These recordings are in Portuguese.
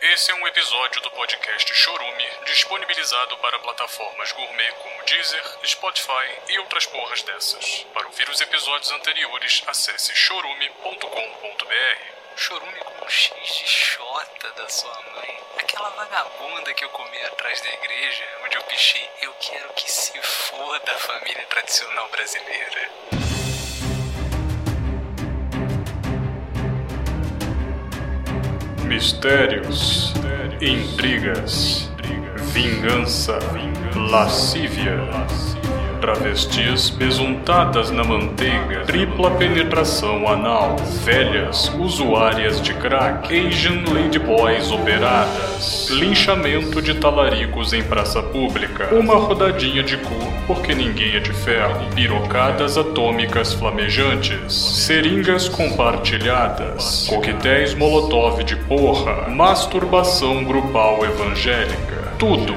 Esse é um episódio do podcast Chorume, disponibilizado para plataformas gourmet como Deezer, Spotify e outras porras dessas. Para ouvir os episódios anteriores, acesse chorume.com.br. Chorume com um X de Xota da sua mãe. Aquela vagabunda que eu comi atrás da igreja, onde eu pichei Eu quero que se foda a família tradicional brasileira. Mistérios, intrigas, vingança, lascívia, travestis besuntadas na manteiga, tripla penetração anal, velhas usuárias de crack, Asian ladyboys operadas, linchamento de talaricos em praça pública, uma rodadinha de cu porque ninguém é de ferro, pirocadas atômicas flamejantes, seringas compartilhadas, coquetéis molotov de porra, masturbação grupal evangélica. Tudo,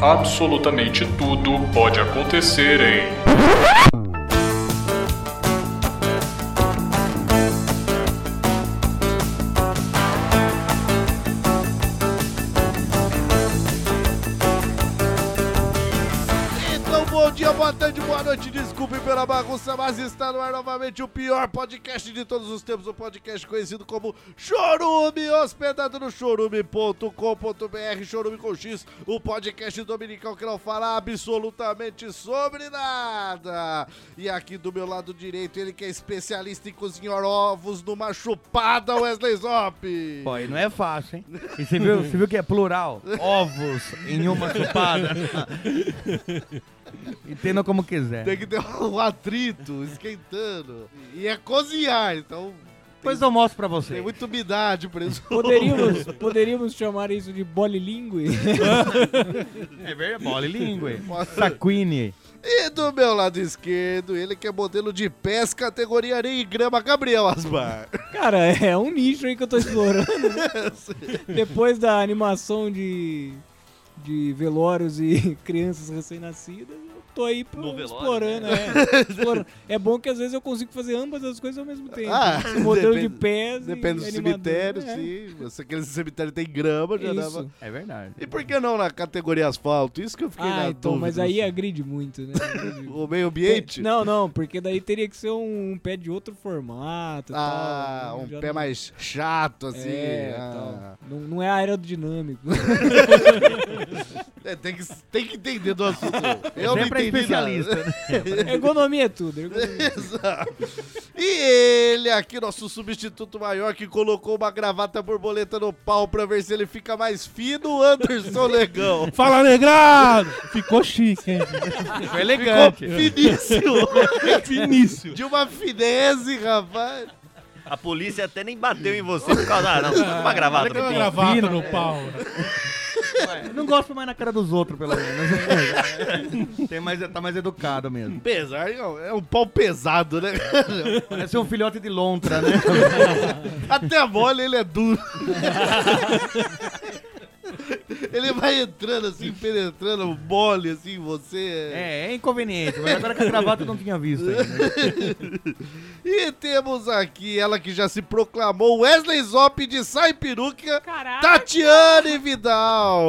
absolutamente tudo pode acontecer em Então, bom dia, boa tarde, boa noite. Desculpem pela bagunça, mas está no ar novamente o pior podcast de todos os tempos. O podcast conhecido como Chorume, hospedado no chorume.com.br, Chorume com X, o podcast dominical que não fala absolutamente sobre nada. E aqui do meu lado direito, ele que é especialista em cozinhar ovos numa chupada, Wesley Zop. Pô, e não é fácil, hein? E você viu, você viu que é plural? Ovos em uma chupada. Entenda como Tem quiser. que ter um atrito, esquentando. E é cozinhar, então Depois eu mostro pra tem você. muita umidade preso. Poderíamos, poderíamos chamar isso de bolilingue? É verdade, mole língua. Mostra. Saquini. E do meu lado esquerdo, ele que é modelo de pés categoria areia e grama, Gabriel Asmar. Cara, é um nicho aí que eu tô explorando. né? Depois da animação de, de velórios e crianças recém-nascidas, eu tô aí pro, No velório, explorando, né? é, explorando. É bom que às vezes eu consigo fazer ambas as coisas ao mesmo tempo. Ah, Esse modelo depende- de pés e Depende do Assim, animador, cemitério, é. sim. Você aquele cemitério tem grama, já Isso. dava. É verdade. E por que não na categoria asfalto? Isso que eu fiquei na Ah, então, dúvida. assim. mas aí agride muito, né? Agride O meio ambiente? Não, não, porque daí teria que ser um, um pé de outro formato. e Ah, tal, né? um Já pé não- mais chato, assim. É, ah. tal. Não, não é aerodinâmico. É, tem, que, tem que entender do assunto. Eu não Sempre é entendi especialista. nada. né? ergonomia é tudo. ergonomia. Exato. E ele aqui, nosso substituto maior, que colocou uma gravata borboleta no pau pra ver se ele fica mais fino, Anderson Legão. Fala, negrado! Ficou chique, hein? Foi Ficou elegante. finíssimo. Finício. De uma finese, rapaz. A polícia até nem bateu em você por causa da. Não, tá com uma gravata é Tem uma no pau. gravata no pau. Não gosto mais na cara dos outros, pelo menos. Tem mais, tá mais educado mesmo. Pesar, é um- é um pau pesado, né? Parece um filhote de lontra, né? Até a mole ele é duro. Ele vai entrando assim, penetrando mole assim, em você. É, é inconveniente. Mas agora que a gravata eu não tinha visto ainda. E temos aqui ela que já se proclamou Wesley Zop de Sai Peruca, Tatiane Vidal.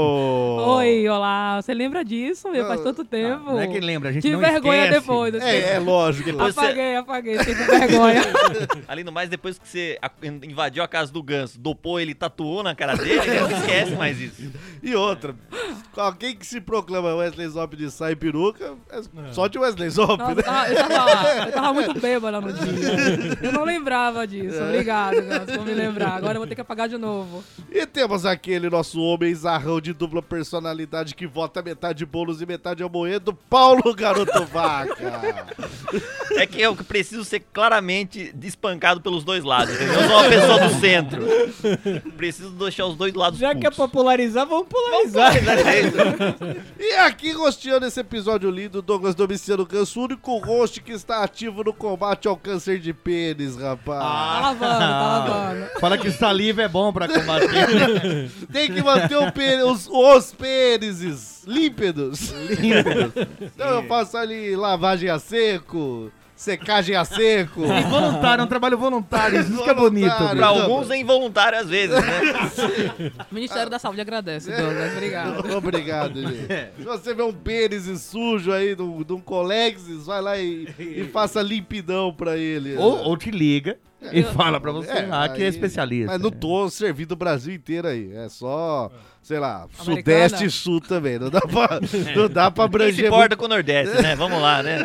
Oi, olá. Você lembra disso? meu? Faz Ah, tanto tempo. Não é que lembra, a gente Tive não vergonha esquece. depois. assim. É, é lógico. Depois você, Apaguei, apaguei. Fiquei com vergonha. além do mais, depois que você a- invadiu a casa do Ganso, dopou ele, tatuou na cara dele, ele não esquece mais isso. E outra, alguém que se proclama Wesley Zop de Sai Peruca, é só de Wesley Zop, Nossa, né? eu, tava, eu, tava, eu tava muito bêbada no dia. Eu não lembrava disso. Obrigado, Ganso, por me lembrar. Agora eu vou ter que apagar de novo. E temos aquele nosso homem zarrão de dupla personalidade que vota metade bolos e metade almoedo, Paulo Garoto Vaca. É que eu preciso ser claramente espancado pelos dois lados, entendeu? Eu sou uma pessoa do centro. Preciso deixar os dois lados Já que é putos. pra polarizar, vamos polarizar. E aqui, rosteando esse episódio lindo, Douglas Domiciano Ganso, o único host que está ativo no combate ao câncer de pênis, rapaz. Ah. Tá lavando, tá lavando. Fala que saliva é bom pra combater. Tem que manter o pê- os, os pênises límpidos. Então eu faço ali lavagem a seco, secagem a seco. É voluntário, é um trabalho voluntário. Isso que é bonito. Voluntário. Pra bicho. alguns é involuntário às vezes, né? Ministério da Saúde agradece, Douglas. Obrigado. Obrigado, gente. É. Se você vê um pênis sujo aí de um de um Colexis, vai lá e, e faça limpidão pra ele. Ou, ou te liga e fala pra você É, ah, que aí- é especialista. Mas não tô servindo o Brasil inteiro aí. É só, sei lá, Americana. Sudeste e Sul também. Não dá pra, não dá pra Quem se abranger muito. importa com o Nordeste, né? Vamos lá, né?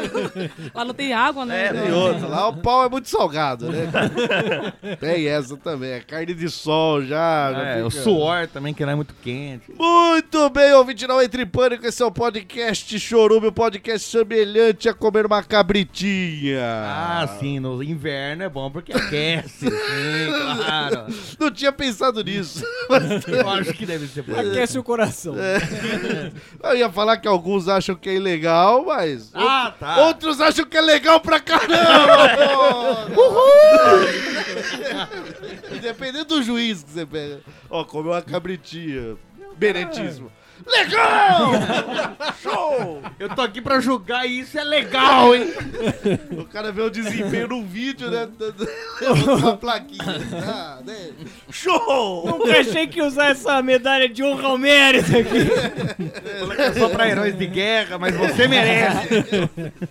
Lá não tem água, né? É, Douglas? tem outro. Lá o pau é muito salgado, né? Tem essa também. É carne de sol já. já É, o fica- suor também, que não é muito quente. Muito bem, ouvinte não entre em pânico. Esse é o podcast Chorume, o podcast semelhante a comer uma cabritinha. Ah, sim, no inverno é bom porque aquece. sim, claro. Não tinha pensado nisso. Eu acho que deve ser por isso. Aquece o coração. É. Eu ia falar que alguns acham que é ilegal, mas. Ah, tá. Outros acham que é legal pra caramba! pô. Dependendo do juiz que você pega. Ó, comeu uma cabritinha. Benetismo. Legal! Show! Eu tô aqui pra julgar e isso é legal, hein? O cara vê o desempenho no vídeo, né? Levanta uma plaquinha. Ah, né? Show! Nunca achei que ia usar essa medalha de honra ao mérito aqui. É só pra heróis de guerra, mas você merece.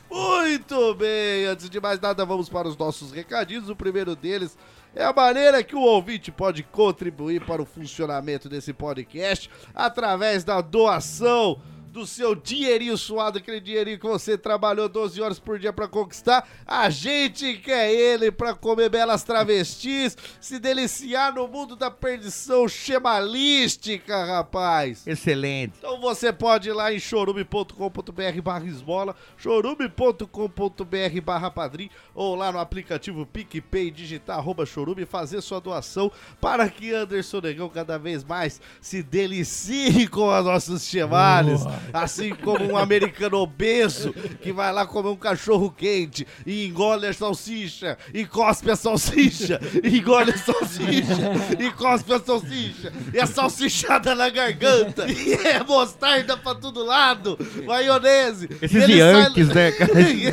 Muito bem, antes de mais nada, vamos para os nossos recadinhos. O primeiro deles é a maneira que o ouvinte pode contribuir para o funcionamento desse podcast através da doação do seu dinheirinho suado, aquele dinheirinho que você trabalhou 12 horas por dia para conquistar. A gente quer ele para comer belas travestis, se deliciar no mundo da perdição chemalística, rapaz. Excelente. Então você pode ir lá em chorume.com.br barra esmola, chorume.com.br barra padrim, ou lá no aplicativo PicPay, digitar arroba chorume, e fazer sua doação para que Anderson Negão cada vez mais se delicie com as nossas chevales, assim como um americano obeso que vai lá comer um cachorro quente e engole a salsicha, e cospe a salsicha, e engole a salsicha, e cospe a salsicha, e a salsichada na garganta, e é mostarda pra todo lado, maionese. Esses Ele sai- Yankees, né, cara? e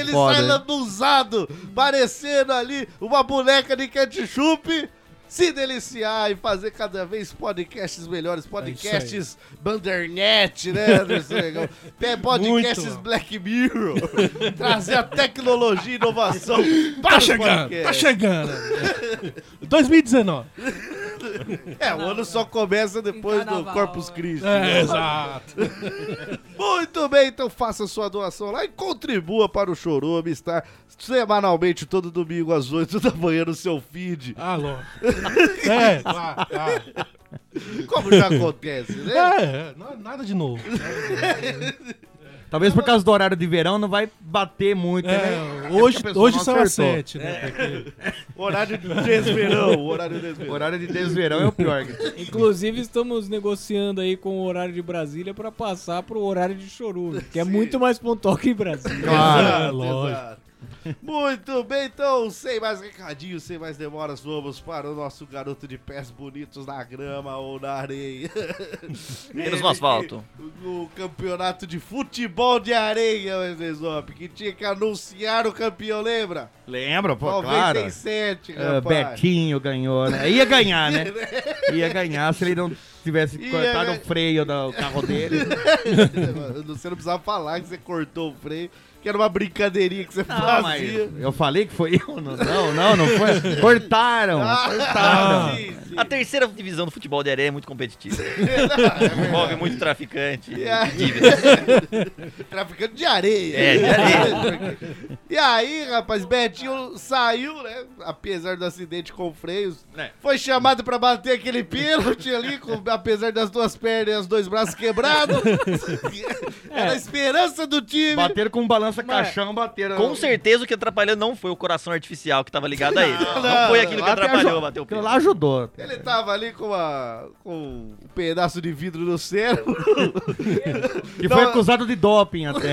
ele foda, sai hein? lambuzado, parecendo ali uma boneca de ketchup. Se deliciar e fazer cada vez podcasts É melhores, podcasts Bandernet, né, Anderson? Negão? Pe- podcasts Muito. Black Mirror, trazer a tecnologia e inovação. para Tá os chegando, tá podcasts. chegando. 2019. É, o ano só começa depois do Carnaval. Corpus Christi. Né? É, exato. Muito bem, então faça sua doação lá e contribua para o Chorume estar semanalmente todo domingo às 8 da manhã no seu feed. Alô. Ah, É, tá, tá. Como já acontece, né? É, é, não é nada de novo. Talvez por causa do horário de verão não vai bater muito, né? É, hoje Essa pessoa hoje não são as acertou. sete, né? Porque- Horário de desverão, horário de O desverão. horário de desverão é o pior. que tem. Inclusive, estamos negociando aí com o horário de Brasília pra passar pro horário de Chorume, que é Sim. muito mais pontual que em Brasília. Claro, é Exato, lógico. exato. Muito bem, então, sem mais recadinhos, sem mais demoras, vamos para o nosso garoto de pés bonitos na grama ou na areia. Menos Ele no asfalto. que- No campeonato de futebol de areia, Wesley Zop, que tinha que anunciar o campeão, lembra? Lembra, pô, claro. 97, Ah, rapaz. Betinho ganhou, né? Ia ganhar, né? Ia ganhar se ele não tivesse Ia cortado gan- o freio do carro dele. você não precisava falar que você cortou o freio, que era uma brincadeirinha que você Não, mas fazia. eu falei que foi eu? Não, não, não, não foi. Cortaram. Ah, sim, sim. A terceira divisão do futebol de areia é muito competitiva. Envolve muito traficante. E aí- dívidas. É. Traficante de areia. É, de E aí, rapaz, Betinho saiu, né? Apesar do acidente com freios. É. Foi chamado pra bater aquele pênalti ali, com- apesar das duas pernas e os dois braços quebrados. Era a esperança do time. Bateram com um balança caixão, bateram. Com certeza o que atrapalhou não foi o coração artificial que tava ligado a ele. Não, foi aquilo que Lá até atrapalhou aju- bater o Aquilo pênalti. lá ajudou. Ele tava ali com, uma, com um pedaço de vidro no cérebro. Que Não, foi eu- acusado de doping até.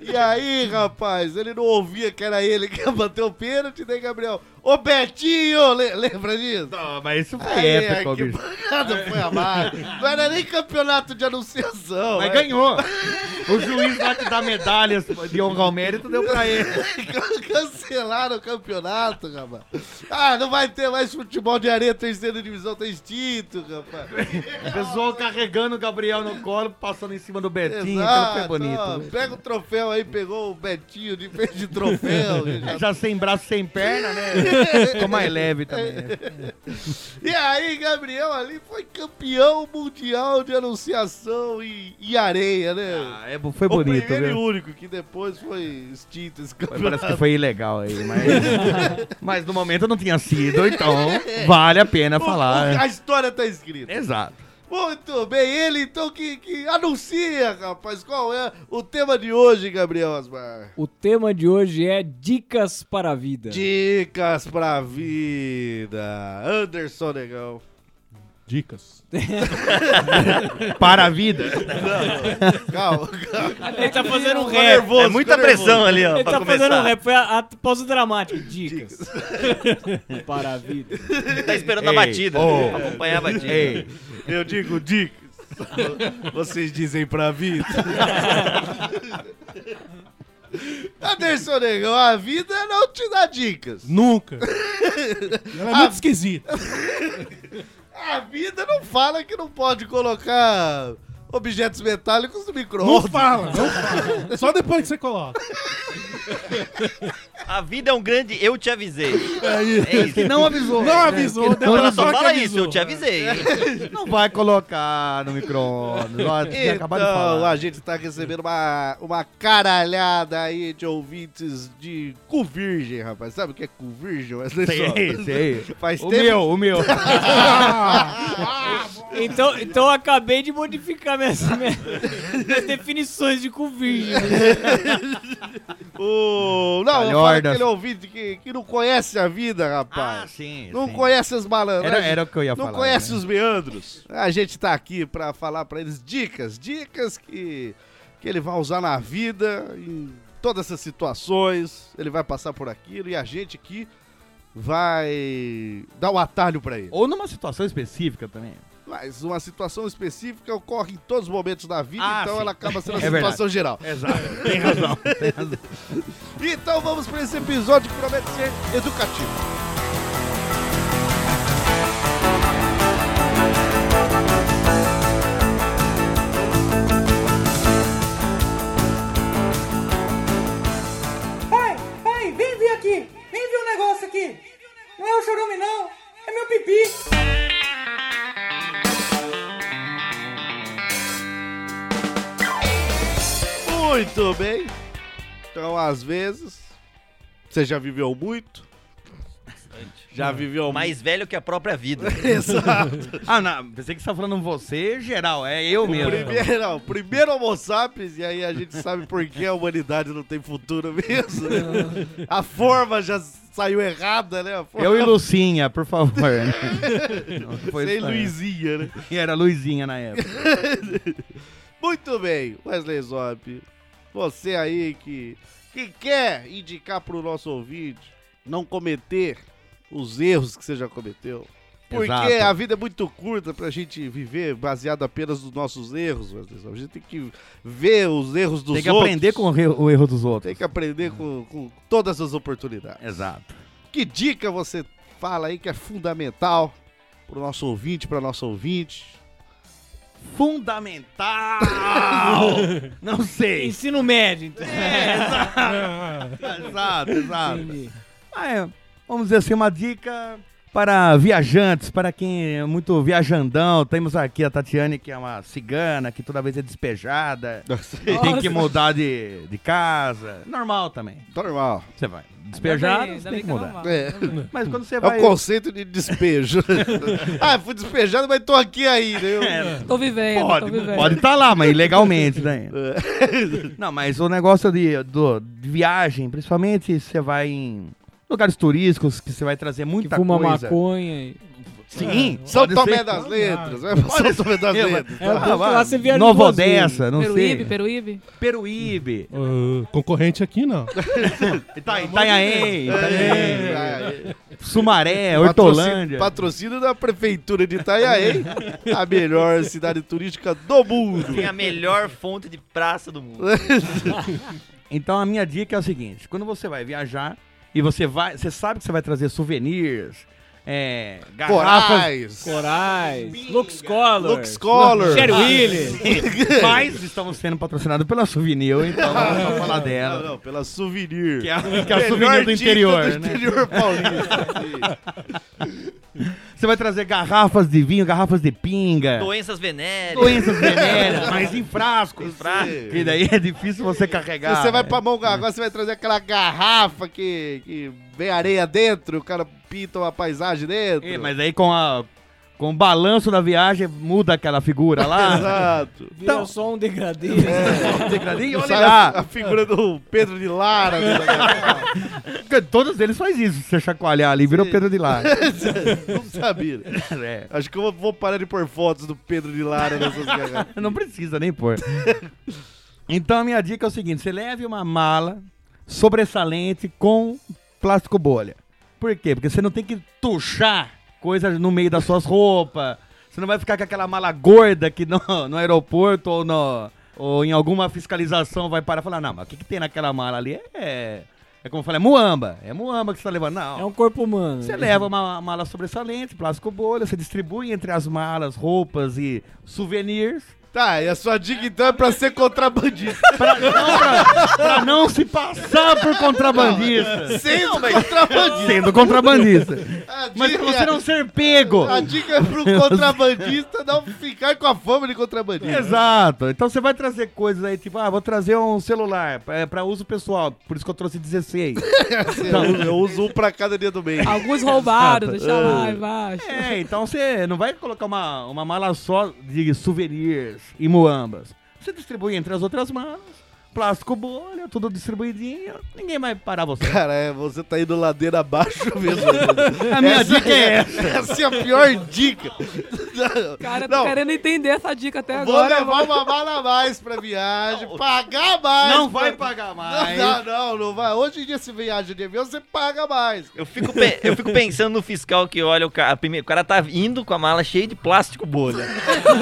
E aí, rapaz, ele não ouvia que era ele que ia bater o pênalti, né, Gabriel? Ô Betinho, le- lembra disso? Não, mas isso foi Tá Aí, épico, que bicho. pancada foi amado. Não era nem campeonato de anunciação. Mas né? ganhou. O juiz lá que dá medalhas de honra ao mérito deu pra ele. Cancelaram o campeonato, rapaz. Ah, não vai ter mais futebol de areia, terceira divisão tá extinto, rapaz. O pessoal carregando o Gabriel no colo, passando em cima do Betinho. Então foi Exato, ó, bonito. pega o troféu aí, pegou o Betinho de vez de troféu. que já- né? Já sem braço, sem perna, né? Ficou mais leve também. né? E aí, Gabriel ali foi campeão mundial de anunciação e, e areia, né? Ah, é, foi o bonito, primeiro e viu? único, que depois foi extinto esse Foi- campeonato. Parece que foi ilegal aí, mas... mas no momento não tinha sido, então vale a pena O- o- falar. né? a história tá escrita. Exato. Muito bem, ele então que, que anuncia, rapaz, qual é o tema de hoje, Gabriel Osmar? O tema de hoje é dicas para a vida. Dicas pra vida, Anderson Negão. Dicas. Para a vida. Calma, calma. Ele tá fazendo um Ficou rap. nervoso, é muita ficou nervoso. pressão ali, ó, Ele pra tá começar. fazendo um rap. Foi a, a pausa dramática. Dicas. para a vida. Ele tá esperando Ei, a batida, ô. pra acompanhar a batida. Ei, Eu digo dicas. Vocês dizem pra vida. Anderson Negão, a vida não te dá dicas. Nunca. Ela é muito esquisita. A vida não fala que não pode colocar objetos metálicos no Não micro-ondas. fala, não fala. Só depois que você coloca. A vida é um grande eu te avisei. É isso. É isso. não avisou. Não avisou, Não, ela depois só que fala avisou. isso, eu te avisei. Não vai colocar no micro-ondas. Ó, tinha acabado de Então, falar. a gente tá recebendo uma, uma caralhada aí de ouvintes de cu virgem, rapaz. Sabe o que é cu virgem? Mas não é só. Sei, sei. Faz O tempo. meu, o meu. Então, então eu acabei de modificar minhas, minhas, minhas definições de convívio. O... Não, eu falo Calhordas. aquele ouvinte que, que não conhece a vida, rapaz. Ah, sim. não sim. conhece as malandras. Era, era o que eu ia não falar. conhece né? os meandros. A gente tá aqui pra falar pra eles dicas, dicas que, que ele vai usar na vida, em todas essas situações. Ele vai passar por aquilo e a gente aqui vai dar o atalho pra ele. Ou numa situação específica também. Mas uma situação específica ocorre em todos os momentos da vida, Ah, então sim. ela acaba sendo É uma verdade. situação geral. Exato. Tem razão. Então vamos pra esse episódio que promete ser educativo. Pai, pai, vem ver aqui. Vem ver um negócio aqui. Não é o chorume, não. É meu pipi. Muito bem. Então, às vezes, você já viveu muito. Já viveu muito. Mais velho que a própria vida. Exato. Ah, não. Pensei que você tá falando você geral. É eu mesmo. Primeiro, não, primeiro Homo sapiens, e aí a gente sabe por que a humanidade não tem futuro mesmo. né? A forma já saiu errada, né? A forma Eu e Lucinha, por favor. né? Não, foi sem isso aí. Luizinha, né? E era Luizinha na época. Muito bem, Wesley Zop. Você aí que, que quer indicar pro nosso ouvinte não cometer os erros que você já cometeu. Porque Exato. a vida é muito curta pra gente viver baseado apenas nos nossos erros, Wesley Zop. A gente tem que ver os erros dos Tem que outros. aprender com o re- o erro dos outros. Tem que aprender com, com todas as oportunidades. Exato. Que dica você fala aí que é fundamental pro nosso ouvinte, pra nossa ouvinte? Fundamental! Não sei. Ensino médio, então. Exato, exato. Entendi. Ah, é, vamos dizer assim, uma dica para viajantes, para quem é muito viajandão. Temos aqui a Tatiane, que é uma cigana, que toda vez é despejada, tem que mudar de, de casa. Normal também. Normal. Você vai despejado, você Ainda tem bem que que é mudar. normal. É. Mas quando você É o vai... conceito de despejo. ah, fui despejado, mas tô aqui ainda. Eu... É, Tô vivendo, tô Pode, vivendo. pode estar lá, mas ilegalmente, né? É. Não, mas o negócio de, do- de viagem, principalmente se você vai em lugares turísticos, que você vai trazer Que muita fuma coisa. maconha. e- Sim, É. São pode Tomé ser- das Letras. Vai pra São Tomé das Letras. É, bom que lá você viaja Ah, Nova duas vezes. Odessa, não Peruíbe, sei. Peruíbe. Peruíbe. Ah, concorrente aqui, não. Tá Ita- Itanhaém, Itanhaém, É, é. Sumaré, Patrocínio, Hortolândia. patrocínio da prefeitura de Itanhaém, a melhor cidade turística do mundo. Tem a melhor fonte de praça do mundo. Então a minha dica é o seguinte: quando você vai viajar e você vai, você sabe que você vai trazer souvenirs, é, garrafas, Corais, Corais, Lux Color. Lux Color. Sherry Willis. mas estamos sendo patrocinados pela Souvenir, então vamos só falar Ah, Não, dela. não, pela Souvenir. Que é a, que é a Melhor Souvenir do dica interior, do né? interior paulista. assim. Você vai trazer garrafas de vinho, garrafas de pinga, Doenças venéreas. doenças venéreas, mas em frascos. Frascos. Que daí é difícil você carregar. né? você vai pra mão, agora você vai trazer aquela garrafa que, que vem areia dentro, o cara pinta uma paisagem dentro. É, mas aí com a com o balanço da viagem muda aquela figura lá. Exato. Vira Então- só um degradê. Degradinho, olha Sabe lá. é a figura do Pedro de Lara. né? Porque Todos eles fazem isso. Você chacoalhar ali, virou Pedro de Lara. Não sabia. É. Acho que eu vou parar de pôr fotos do Pedro de Lara nessas garrafas. Não precisa nem pôr. Então a minha dica é o seguinte: você leve uma mala sobressalente com plástico bolha. Por quê? Porque você não tem que tuchar coisas no meio das suas roupas. Você não vai ficar com aquela mala gorda que no, no aeroporto ou, no, ou em alguma fiscalização vai parar e falar: não, mas o que, que tem naquela mala ali? É, é como eu falei, é muamba. É muamba que você tá levando. Não. É um corpo humano. Você leva uma mala sobressalente, plástico bolha, você distribui entre as malas, roupas e souvenirs Tá, e a sua dica então é pra ser contrabandista. pra não, pra- pra não se passar por contrabandista. Sendo contrabandista. Sendo contrabandista. A dica, é- Mas pra você não ser pego. A dica é pro contrabandista não ficar com a fama de contrabandista. Exato. Então você vai trazer coisas aí, tipo, ah, vou trazer um celular pra, pra uso pessoal, por isso que eu trouxe 16. É Eu, eu uso um pra cada dia do mês. Alguns roubaram, deixaram lá embaixo. É, então você não vai colocar uma, uma mala só de souvenirs e muambas. Você distribui entre as outras malas, plástico bolha, tudo distribuidinho, ninguém vai parar você. Cara, é, você tá indo ladeira abaixo mesmo. A minha dica é essa. Essa é a pior dica. Cara, eu tô Não, querendo entender essa dica até vou agora. levar uma mala a mais pra viagem, pagar mais. Não vai pra- pagar Não, mais. não, não, não vai. Hoje em dia, se viaja de avião, você paga mais. Eu fico, pe- eu fico pensando no fiscal que olha o cara. Primeiro, o cara tá indo com a mala cheia de plástico bolha.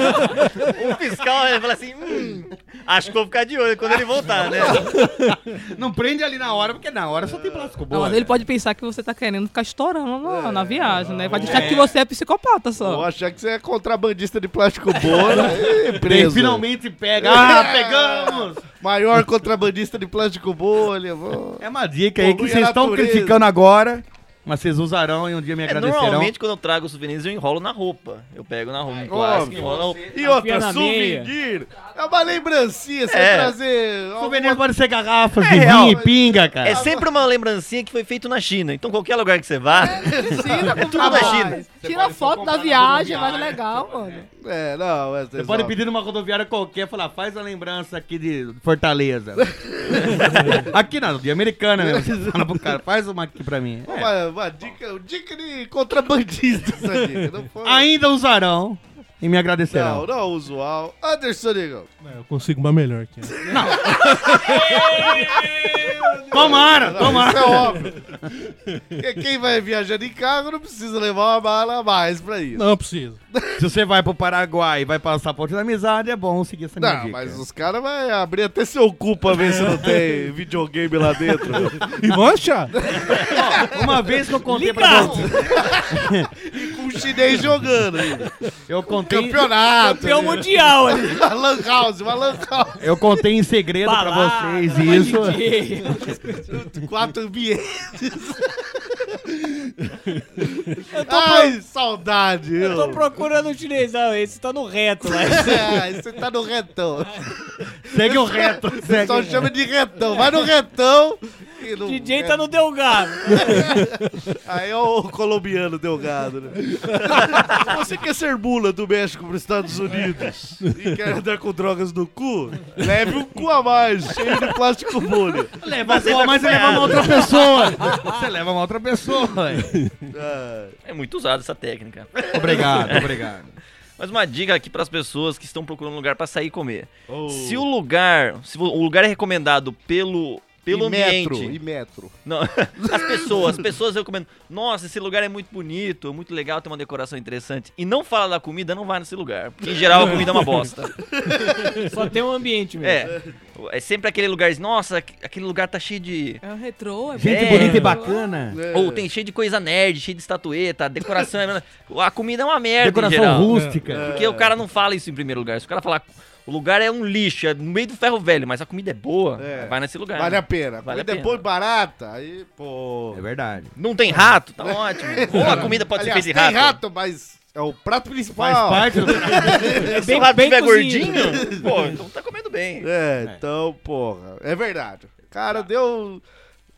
o fiscal ele fala assim: hum, acho que vou ficar de olho quando ele voltar, né? Não prende ali na hora, porque na hora só tem plástico Não, mas bolha. ele pode pensar que você tá querendo ficar estourando na, na viagem, né? Vai achar que você é psicopata Vou só. achar que você é contrabandista de plástico bolha e Ele preso. finalmente pega. Ah, pegamos! Maior contrabandista de plástico bolha. vou- É uma dica aí que Polui a vocês estão natureza. criticando agora, mas vocês usarão e um dia me É, agradecerão. normalmente, quando eu trago os souvenirs, eu enrolo na roupa. Eu pego na roupa, um plástico, óbvio. enrolo na roupa. E outra, Afia na meia. souvenir. É uma lembrancinha, você É. trazer... Souvenir alguma- pode ser garrafas de real. vinho e pinga, cara. É sempre uma lembrancinha que foi feito na China. Então, qualquer lugar que você vá, Precisa comprar tudo da China. mais. Tira foto da viagem, mas é legal, mano. É, não, é, Você pode pedir numa rodoviária qualquer, falar, faz a lembrança aqui de Fortaleza. aqui não, de americana mesmo. Você fala pro cara, faz uma aqui pra mim. É. Uma, uma dica, uma dica de contrabandista essa dica. Não foi... Ainda usarão e me agradecerão. Não, não usual. Anderson Negão. Não, eu consigo uma melhor que essa. Tomara, tomara. Isso é óbvio. Porque quem vai viajando em carro não precisa levar uma mala a mais pra isso. Não preciso. Se você vai pro Paraguai e vai passar ponte da amizade, é bom seguir essa minha Não, dica. mas os caras vão abrir até seu cu pra ver se não tem videogame lá dentro. E vão achar. Ó, Uma vez que eu contei pra vocês. Com o chinês jogando. ainda. Eu contei, Campeonato. Campeão né? um mundial ali. Uma lan house, uma lan house. eu contei em segredo pra Balada, vocês isso. DJ. Quatro ambientes. Ai, saudade. Eu tô eu. procurando um chinesão, esse tá no reto lá. É, você tá no retão. Segue o reto. Você Segue. só chama de retão. Vai no retão e assim, não. DJ tá no Delgado. Aí é o colombiano delgado, né? Você quer ser mula do México para os Estados Unidos e quer andar com drogas no cu? Leve um cu a mais, cheio de plástico bolha. Leva só, mas você leva uma outra pessoa. Você leva uma outra pessoa. Ah, É muito usada essa técnica. Obrigado, obrigado. Mas uma dica aqui pras pessoas que estão procurando um lugar pra sair e comer. Oh. Se o lugar, se o lugar é recomendado pelo pelo e ambiente, metro, e metro. não, as pessoas, as pessoas recomendam. Nossa, esse lugar é muito bonito, é muito legal, tem uma decoração interessante. E não fala da comida, não vai nesse lugar. Porque em geral a comida é uma bosta. Só tem um ambiente mesmo. É, é sempre aquele lugar. Nossa, aquele lugar tá cheio de É um retrô, é Gente É. bonita e bacana. É. Ou tem cheio de coisa nerd, cheio de estatueta, a decoração é. A comida é uma merda, em Decoração geral. É. rústica. Porque o cara não fala isso em primeiro lugar. Se o cara falar. O lugar é um lixo, é no meio do ferro velho, mas a comida é boa, É. vai nesse lugar. Vale a pena. Vale a pena. Depois barata, aí, pô. É verdade. Não tem rato, tá ótimo. Ou a comida pode Aliás, ser feita tem de rato. rato, mas é o prato principal. Faz parte do... Se o rato tiver gordinho, pô, então tá comendo bem. É, então, porra, é verdade. Cara, Tá. deu. um-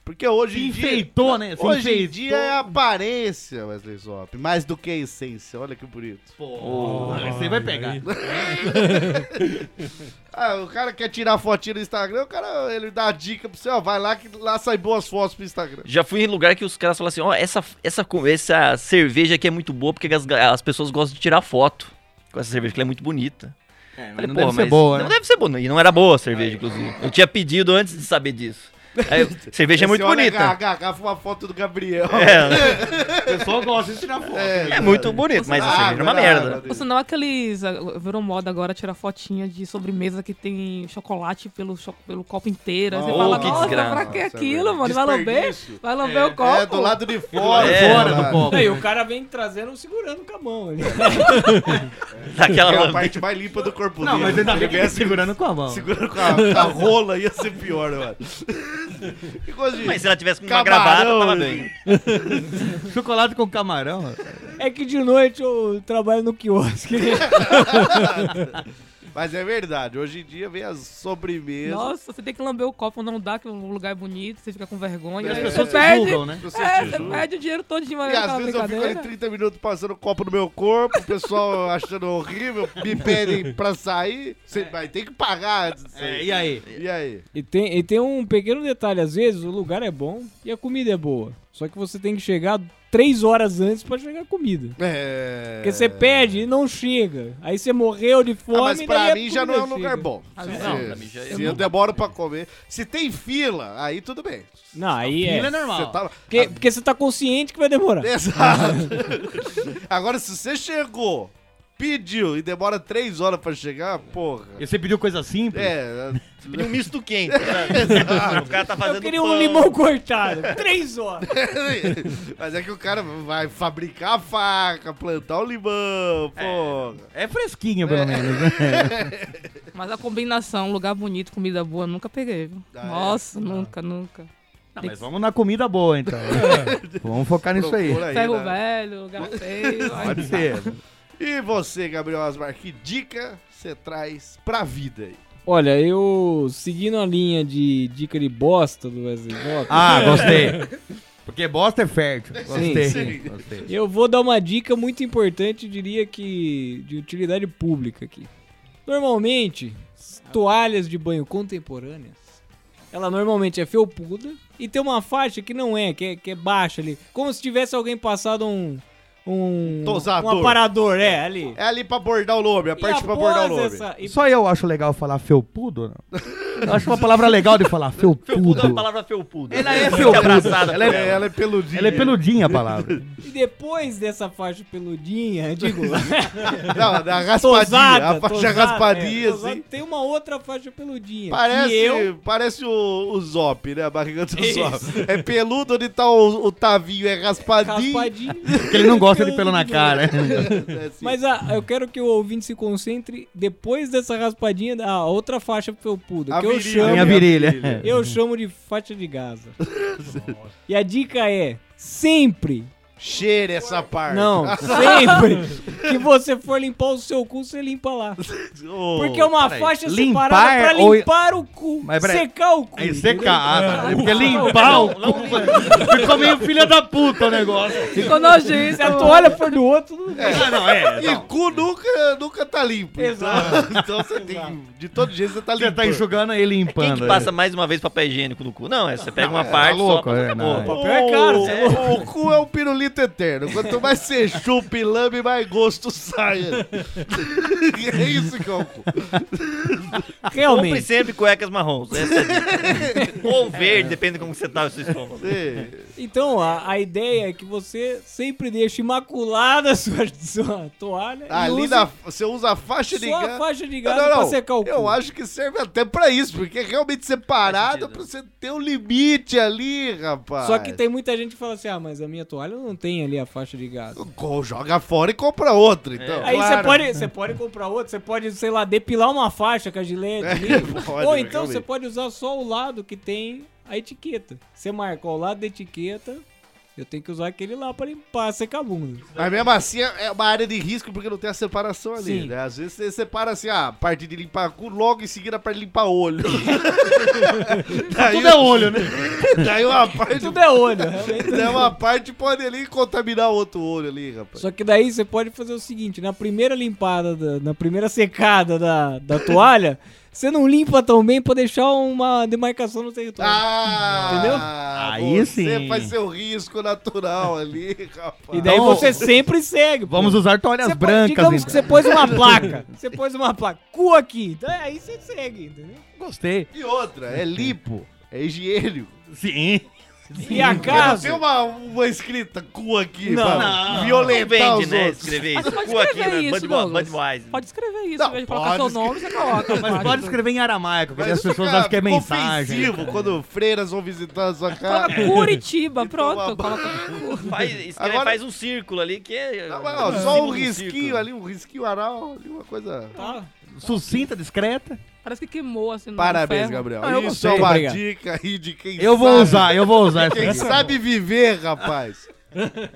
Porque hoje em dia. Enfeitou, né? Se Hoje em enfeitou. dia é aparência, Wesley Zop. Mais do que a essência, olha que bonito. Você vai pegar. Ah, o cara quer tirar fotinha no Instagram, o cara ele dá a dica pra você, ó, vai lá que lá sai boas fotos pro Instagram. Já fui em lugar que os caras falam assim, ó, essa, essa, co- essa cerveja aqui é muito boa porque as, ga- as pessoas gostam de tirar foto com essa cerveja, que ela é muito bonita. É, mas Falei, não "Pô, deve ser mas boa, Não né? deve ser boa, não. e não era boa a cerveja, inclusive. Eu tinha pedido antes de saber disso. Aí, cerveja é muito bonita. HH, foi uma foto do Gabriel. É, O pessoal gosta de tirar foto. é muito bonito, mas Ah, a Ah, cerveja é uma merda. Ou senão aqueles. ah, Virou moda agora tirar fotinha de sobremesa que tem chocolate pelo, cho- pelo copo inteiro. Aí você Oh, fala, que nossa, desgraça. pra que Nossa, aquilo, velho. mano? Vai lamber? é Desperdício. Vai lamber o copo? É, do lado de fora. É, Fora do cara. copo. E o cara vem trazendo, segurando com a mão ali. Daquela É a lambida. parte mais limpa do corpo Não, dele. mas ainda Se ele bem que ele viesse segurando com a mão. segurando com a, com a rola, ia ser pior, mano. Que coisa de... Mas se ela tivesse com uma Camarão, gravata, tava né? bem. Chocolate com camarão. É que de noite eu trabalho no quiosque. Mas é verdade, hoje em dia vem as sobremesas. Nossa, você tem que lamber o copo, não dá, que o lugar é bonito, você fica com vergonha. As aí pessoas você perde. né? Você É, te você julga. perde o dinheiro todinho E às naquela vezes eu fico ali brincadeira. 30 minutos passando copo no meu corpo, o pessoal achando horrível, me pedem pra sair, você vai ter que pagar antes de É, sair. e aí? E aí? E tem, e tem um pequeno detalhe, às vezes o lugar é bom e a comida é boa. Só que você tem que chegar três horas antes pra chegar a comida. É... Porque você pede e não chega. Aí você morreu de fome. Ah, mas e daí pra a mim já não comida é um lugar chega. bom. Ah, Se- não, se- pra mim já é se eu demoro pra comer. Se tem fila, aí tudo bem. Não, aí é. Fila é normal. Você tá... Porque, porque você tá consciente que vai demorar. Exato. Agora, se você chegou, pediu e demora três horas pra chegar, porra. E você pediu coisa simples? É, Pediu um misto quente. sabe? o cara tá fazendo Eu queria pão. um limão cortado. Três horas. Mas é que o cara vai fabricar a faca, plantar o limão, porra. É fresquinha, pelo menos, né? Mas a combinação, lugar bonito, comida boa, eu nunca peguei. viu? Ah, é? Nossa, nunca, nunca. Não, mas vamos na comida boa, então. Vamos focar nisso aí. Procura Ferro né? velho, lugar feio. ai, Pode ser. E você, Gabriel Asmar, que dica você traz pra vida aí? Olha, eu seguindo a linha de dica de bosta do Wesley Zop, Ah, gostei. Porque bosta é fértil. Gostei. sim. Gostei. eu vou dar uma dica muito importante, diria que de utilidade pública aqui. Normalmente, as toalhas de banho contemporâneas, ela normalmente é felpuda e tem uma faixa que não é, que é, que é baixa ali, como se tivesse alguém passado um um, um Tosador. aparador, é ali. É ali pra bordar o lobo, a E parte pra bordar o após lobo. essa- e Só eu acho legal falar felpudo, não? Eu acho uma palavra legal de falar, felpudo. Felpudo é a palavra felpudo. Ela é felpudo. Abraçada. Ela é, ela é peludinha. ela é peludinha a palavra. E depois dessa faixa peludinha, digo, Não, da raspadinha. tosada, a faixa tosada, raspadinha, é, tosada. assim. Tem uma outra faixa peludinha. Parece, que eu, parece o, o Zop, né? A barriga do Isso. Zop. É peludo onde tá o, o tavinho, é raspadinho. raspadinho. Porque ele não gosta de pelo na cara. É assim. Mas a- eu quero que o ouvinte se concentre depois dessa raspadinha da outra faixa felpuda, A que eu virilha. chamo, Minha virilha. eu chamo de faixa de Gaza. e a dica é sempre, Cheira essa parte. não, sempre que você for limpar o seu cu, você limpa lá. Ô, Oh, Porque é uma peraí. faixa Limpar separada pra ou- limpar o cu, Mas peraí. secar o cu. Aí entendeu? seca a água, tá. É porque limpar o cu. Ficou meio filha da puta o negócio. Ficou nojento. Se a toalha for do outro, não- Ah, não, é. E não. cu nunca, nunca tá limpo. Exato. Então, então você tem. De todo jeito você tá Você limpo. tá enxugando aí limpando. Quem que passa mais uma vez papel higiênico no cu? Não, é, você pega uma é, parte tá louco, só, mas é, acabou. não, é. papel é caro, você é louco. O, o cu é um pirulito eterno. Quanto mais você chupa e lame, mais gosto sai. é isso que é o cu. Compre Realmente. sempre cuecas marrons. essa é a dica. Ou verde, depende de como você tá o seu estômago. Você- Então, a, a ideia é que você sempre deixa imaculada a sua, sua toalha. e Ali usa na, você usa a faixa de só a gás. faixa de Não, gado não, pra não. secar o cu. Eu acho que serve até pra isso, porque é realmente separado pra você ter um limite ali, rapaz. Só que tem muita gente que fala assim, ah, mas a minha toalha não tem ali a faixa de gado. Gol, joga fora e compra outra, então. É, Aí você Claro. pode, você pode comprar outra, você pode, sei lá, depilar uma faixa com a gilete. ali. É, pode, Ou então realmente. você pode usar só o lado que tem a etiqueta. Você marca ó, o lado da etiqueta, eu tenho que usar aquele lá pra limpar, secar a bunda. Mas mesmo assim é uma área de risco porque não tem a separação ali, Sim. né? Às vezes você separa assim, ah, a parte de limpar cu, logo em seguida a parte de limpar olho. daí, Tudo é olho, né? Daí uma parte. Tudo é olho, realmente. Daí uma parte pode ali contaminar outro olho ali, rapaz. Só que daí você pode fazer o seguinte: na primeira limpada, da- na primeira secada da, da toalha, você não limpa tão bem pra deixar uma demarcação no território. Ah, Entendeu? você Aí sim. faz seu risco natural ali, rapaz. e daí então- você sempre segue. pô. Vamos usar toalhas Você pô- brancas. Digamos que você então. pôs uma placa. Você pôs uma placa. Cu aqui. Então, aí você segue, entendeu? Gostei. E outra, é limpo, é higiênico. Sim. E acaso. um Tem uma, uma escrita cu aqui, Não, pra Não, Violentar vende, os né? outros. Escrever Mas isso. você pode Cu aqui, escrever né? isso, Bud- Douglas. Budweiser. Pode escrever isso, Não, ao invés de colocar pode seu escrever. nome, você coloca. Mas pode escrever em aramaico, porque Mas as isso pessoas fica acham que é mensagem. ofensivo quando freiras vão visitar a sua casa. Coloca Curitiba, Toma pronto. banho. Coloca Faz, escreve- Agora- faz um círculo ali que é. Não, mas, ó, só um risquinho ali, um risquinho anal ali, uma coisa. Tá. Sucinta, discreta. Parece que queimou assim no Parabéns, ferro. Gabriel. Ah, eu Isso gostei. é uma Obrigado. dica aí de quem Eu vou sabe- usar, eu vou usar Quem essa. é sabe viver, rapaz.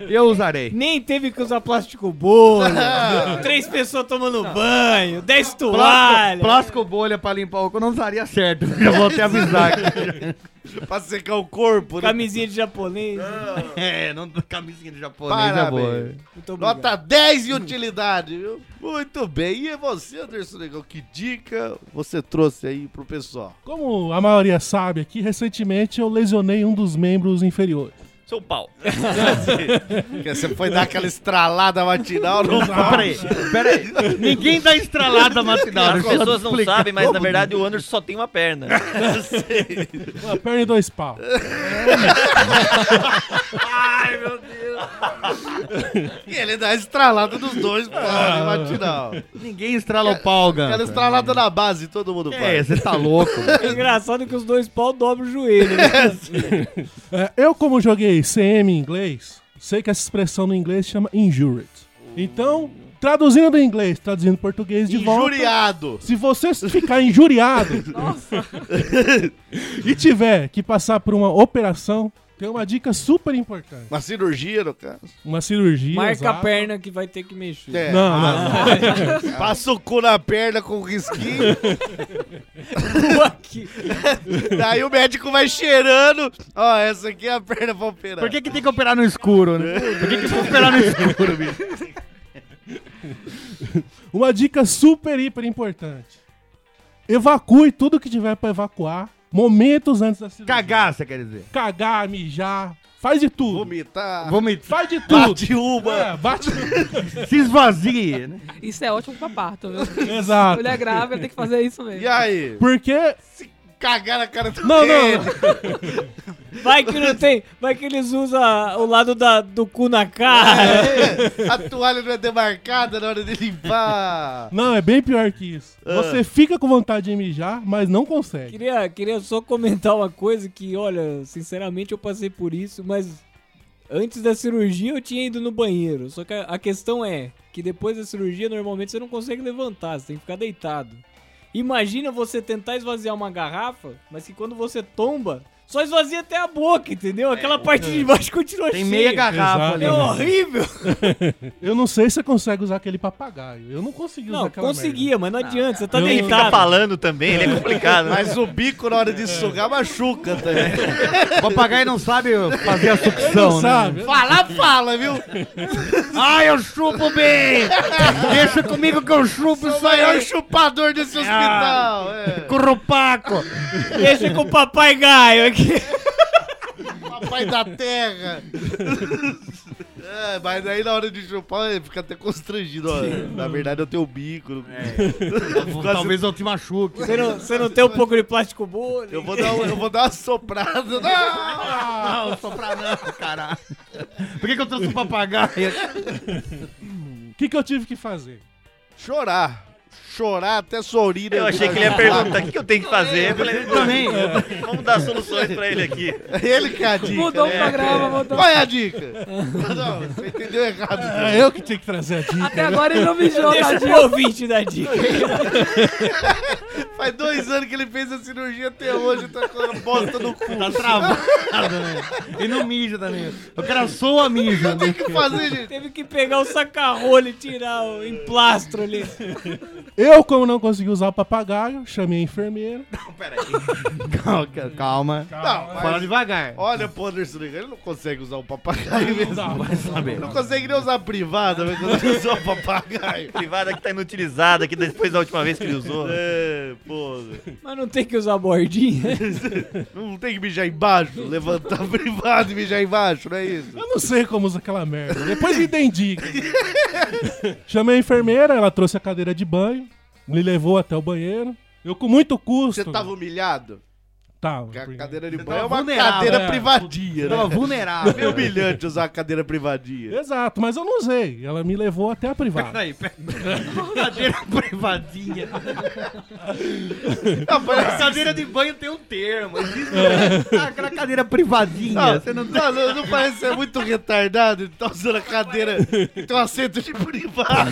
Eu usarei. Nem teve que usar plástico bolha. três pessoas tomando banho. Dez toalhas. Plástico, plástico bolha pra limpar o cu não usaria certo. Eu vou até avisar. aqui. pra secar o corpo, né? Camisinha de japonês. é, não, camisinha de japonês é boa. Parabéns. Muito obrigado. Nota 10 de utilidade, viu? Muito bem. E é você, Anderson Negão, que dica você trouxe aí pro pessoal? Como a maioria sabe aqui, recentemente eu lesionei um dos membros inferiores. Seu pau. Porque é? você foi dar aquela estralada matinal no Ah, peraí, peraí. Ninguém dá estralada matinal. As pessoas não sabem, mas na verdade o Anderson só tem uma perna. Uma perna e dois pau. E ele dá a estralada dos dois, pô, no matinal. Ninguém estrala o pau, Aquela Ganta. estralada na base, todo mundo É, faz. você tá louco. É engraçado que os dois pau dobram o joelho. né? É, eu, como joguei CM em inglês, sei que essa expressão no inglês chama injured. Então, traduzindo do inglês, traduzindo em português de volta. Injuriado. Se você ficar injuriado e tiver que passar por uma operação, tem uma dica super importante. Uma cirurgia, no caso. Uma cirurgia. Marca a exato. perna que vai ter que mexer. É, Não, não. Passa o cu na perna com risquinho. Pô, aqui. daí o médico vai cheirando. Ó, essa aqui é a perna pra operar. Por que, que tem que operar no escuro, né? Por que, que tem que operar no escuro, bicho? Uma dica super, hiper importante. Evacue tudo que tiver pra evacuar momentos antes da cirurgia. Cagar, você quer dizer. Cagar, mijar. Faz de tudo. Vomitar. Vomit. Faz de tudo. Bate uma. É, bate um, Se esvazie, né? Isso é ótimo pra parto, viu? Exato. Mulher grávida tem que fazer isso E mesmo. aí? Porque. Cagar na cara do Não, dele. não. Vai que não tem. Vai que eles usam o lado da, do cu na cara. É, A toalha não é demarcada na hora de limpar. Não, é bem pior que isso. Ah. Você fica com vontade de mijar, mas não consegue. Queria, queria só comentar uma coisa que, olha, sinceramente eu passei por isso, mas antes da cirurgia eu tinha ido no banheiro. Só que a, a questão é que depois da cirurgia normalmente você não consegue levantar, você tem que ficar deitado. Imagina você tentar esvaziar uma garrafa, mas que quando você tomba, Só esvazia até a boca, entendeu? Aquela parte de baixo continua Tem cheia. meia garrafa É ali. né? horrível. Eu não sei se você consegue usar aquele papagaio. Eu não consegui usar Não, aquela conseguia, mas não adianta. Você tá Eu- Ele fica deitado. falando também, ele é complicado. né? Mas o bico na hora de sugar machuca também. O papagaio não sabe fazer a sucção, merda. Não né? sabe? Falar, fala, viu? Ah, eu chupo bem! Deixa comigo que eu chupo O isso maior aí! chupador desse hospital. É. Curupaco! Deixa com o papai gaio aqui. Papai da terra. É, mas aí na hora de chupar, ele fica até constrangido. ó. Na verdade, eu tenho o bico. É. Talvez eu te machuque. Você não, você não tem um pouco de plástico bolha? Eu vou dar, uma- eu vou dar uma soprada. Não! Não, soprar não, caralho. Por que, que eu trouxe um papagaio? O que, que eu tive que fazer? Chorar. Chorar até né? sorrir. Eu achei que ele ia perguntar o que, que eu tenho que fazer. Eu falei, Também. vamos dar soluções pra ele aqui. Ele que é a dica. Mudou o né? programa, mudou. Qual é a dica? Não, você entendeu errado. É eu que tinha que trazer a dica. Até agora ele não mijou, Deixa tadinho. o ouvinte da dica. Faz dois anos que ele fez a cirurgia até hoje, tá com a bosta no cu. Tá travado, né? E não mija também. O cara soa mija. O que fazer, gente? Teve que pegar o sacarrolho e tirar o emplastro ali. Eu, como não consegui usar o papagaio, chamei a enfermeira. Calma, calma. Não, Fala mas... devagar. Olha, pô, Anderson, ele não consegue usar o papagaio mesmo. Vai saber. Não consegue nem usar a privada, mas consegue usar o um papagaio. Privada que tá inutilizada, que depois da última vez que ele usou. né? É, pô. Mas não tem que usar bordinha. Não tem que mijar embaixo, levantar a privada e mijar embaixo, não é isso? Eu não sei como usa aquela merda. Depois me dêem dica. chamei a enfermeira, ela trouxe a cadeira de banho, me levou até o banheiro. Eu, com muito custo. Você tava humilhado? Tava, Porque a porque- cadeira de Você banho é tava uma vulnerável, cadeira é. privadinha, né? Tava É vulnerável. humilhante usar a cadeira privadinha. Exato, mas eu não usei. Ela me levou até a privada. Peraí, peraí. Cadeira privadinha. Não, mas- Cadeira de banho tem um termo. Existe é aquela cadeira privadinha. Não, não, não, não parece ser muito retardado ele tá usando a cadeira que tem um assento de privado.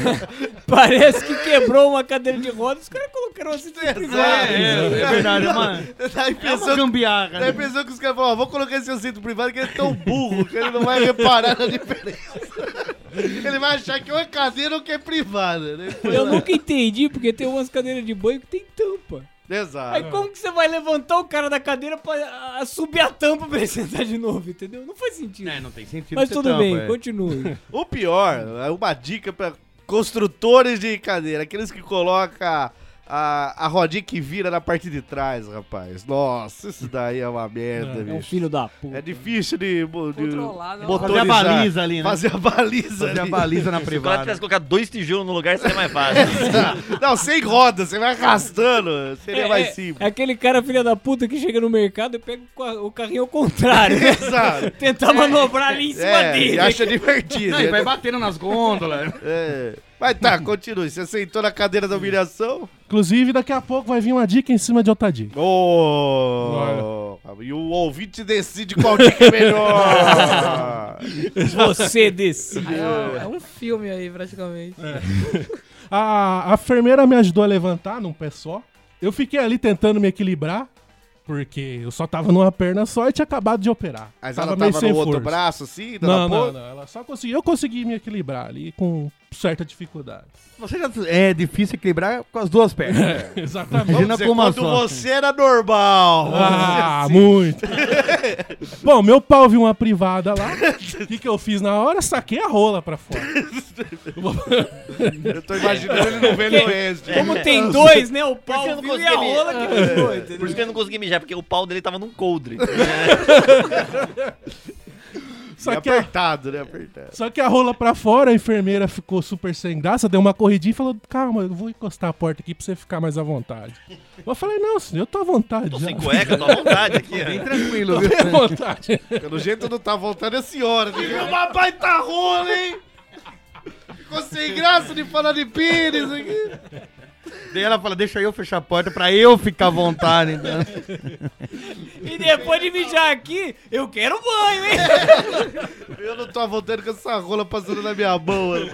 Parece que quebrou uma cadeira de rodas. Os caras colocaram assim de privado. É, é, é verdade, é uma, Tá aí é uma pensando, gambiarra. tá aí pensando que os caras falam, ó, vou colocar esse assento privado que ele é tão burro que ele não vai reparar na diferença. Ele vai achar que é uma cadeira ou que é privada. Né? Eu nunca entendi, porque tem umas cadeiras de banho que tem tampa. Aí Exato. como que você vai levantar o cara da cadeira pra a- a- subir a tampa pra ele sentar de novo, entendeu? É, Não faz sentido. não tem sentido. Mas ter tudo tampa, bem, é. continue. O pior, é uma dica pra construtores de cadeira, aqueles que colocam a, a rodinha que vira na parte de trás, rapaz. Nossa, isso daí é uma merda, É um bicho. filho da É puta. difícil de, mo- de Controlar, né? Fazer a motorizar. baliza ali, né? Fazer a baliza Fazer a ali. baliza na Se o cara tivesse privada. colocado dois tijolos no lugar, seria mais fácil. Não, sem roda, você vai arrastando. Seria mais é simples. aquele cara filha da puta que chega no mercado e pega o ca- o carrinho ao contrário. né? Exato. Tentar manobrar ali em cima É, dele. né, e acha divertido. né? Não, e vai batendo nas gôndolas. É. Mas tá, continue. Você sentou na cadeira da humilhação? Inclusive, daqui a pouco vai vir uma dica em cima de outra dica. Oh, e o ouvinte decide qual dica é melhor. Você decide. Aí É, é um filme aí, praticamente. É. A, a enfermeira me ajudou a levantar num pé só. Eu fiquei ali tentando me equilibrar, porque eu só tava numa perna só e tinha acabado de operar. Mas ela meio tava sem no outro força. braço, assim? Não, dando não, apoio? não. Ela só conseguiu. Eu consegui me equilibrar ali com certa dificuldade. Você já é difícil equilibrar com as duas pernas. Exatamente. Vamos Imagina dizer, com uma quando só. você era normal. Ah, assim. muito. Bom, meu pau viu uma privada lá. O que, que eu fiz na hora? Saquei a rola pra fora. Eu tô imaginando ele no Velho Oeste. Como tem dois, né? O que eu pau não viu e a consegui me- rola que ficou, Por entendeu? isso que eu não consegui mijar, porque o pau dele tava num coldre. Só que, a, Apertado, né? Apertado. só que a rola pra fora, a enfermeira ficou super sem graça, deu uma corridinha e falou: Calma, eu vou encostar a porta aqui pra você ficar mais à vontade. Eu falei: Não, senhor, eu tô à vontade. Tô já. sem cueca, tô à vontade aqui. né? ó. Tranquilo, Tô à vontade. Pelo jeito não tá voltando é a senhora. né? Meu papai tá rola, hein? Ficou sem graça de falar de pires aqui. Daí ela fala, deixa eu fechar a porta pra eu ficar à vontade. Então. E depois de mijar aqui, eu quero banho, hein? Eu não tô voltando com essa rola passando na minha mão. mano.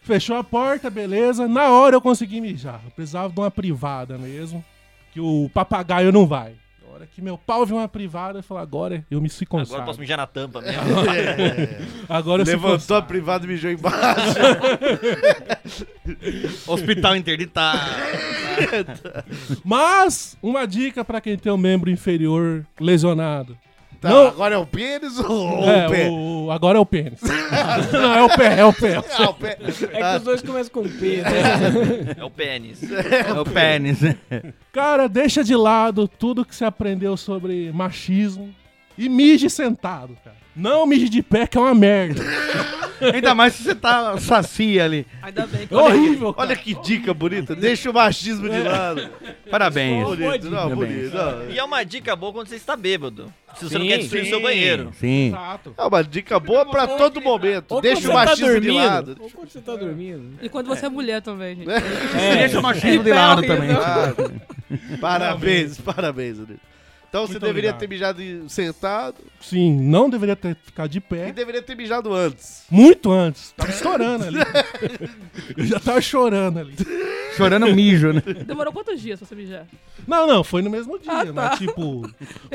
Fechou a porta, beleza. Na hora eu consegui mijar. Eu precisava de uma privada mesmo. Que o papagaio não vai. hora que meu pau viu uma privada, eu falei, agora eu me se Agora eu consagro. Agora, posso mijar na tampa mesmo. eu se Levantou a consagro. privada e mijou embaixo. Hospital interditado. Mas, uma dica pra quem tem um membro inferior lesionado. Tá, Não. agora é o pênis ou ou é, o pé? o- agora é o pênis. Não, é o pé, é o pé. Ah, o pé. É que os dois começam com P, né? É o pênis. É o pênis. Cara, deixa de lado tudo que você aprendeu sobre machismo e mije sentado, cara. Não mije de pé, que é uma merda. Ainda mais se você tá saci ali. Ainda bem que É horrível, cara. Olha que dica bonita. Deixa o machismo de lado. Parabéns. Bonito, não, Parabéns. bonito. não. E é uma dica boa quando você está bêbado. Se você não Sim, quer destruir o seu sim. banheiro. Sim. Exato. É uma dica boa pra todo momento. Ou Deixa quando o você tá machismo de dormindo. lado. Ou quando você tá dormindo. E quando você é mulher também, gente. Deixa o machismo de lado também. Parabéns, parabéns, Anito. Então você Muito deveria obrigado. ter mijado em- sentado Sim, não deveria ter ficado de e pé. deveria ter mijado antes. Muito antes. Tava estourando ali. Eu já tava chorando ali. Chorando mijo, né? Demorou quantos dias pra você mijar? Não, não, foi no mesmo dia, Ah, né? tá. Tipo,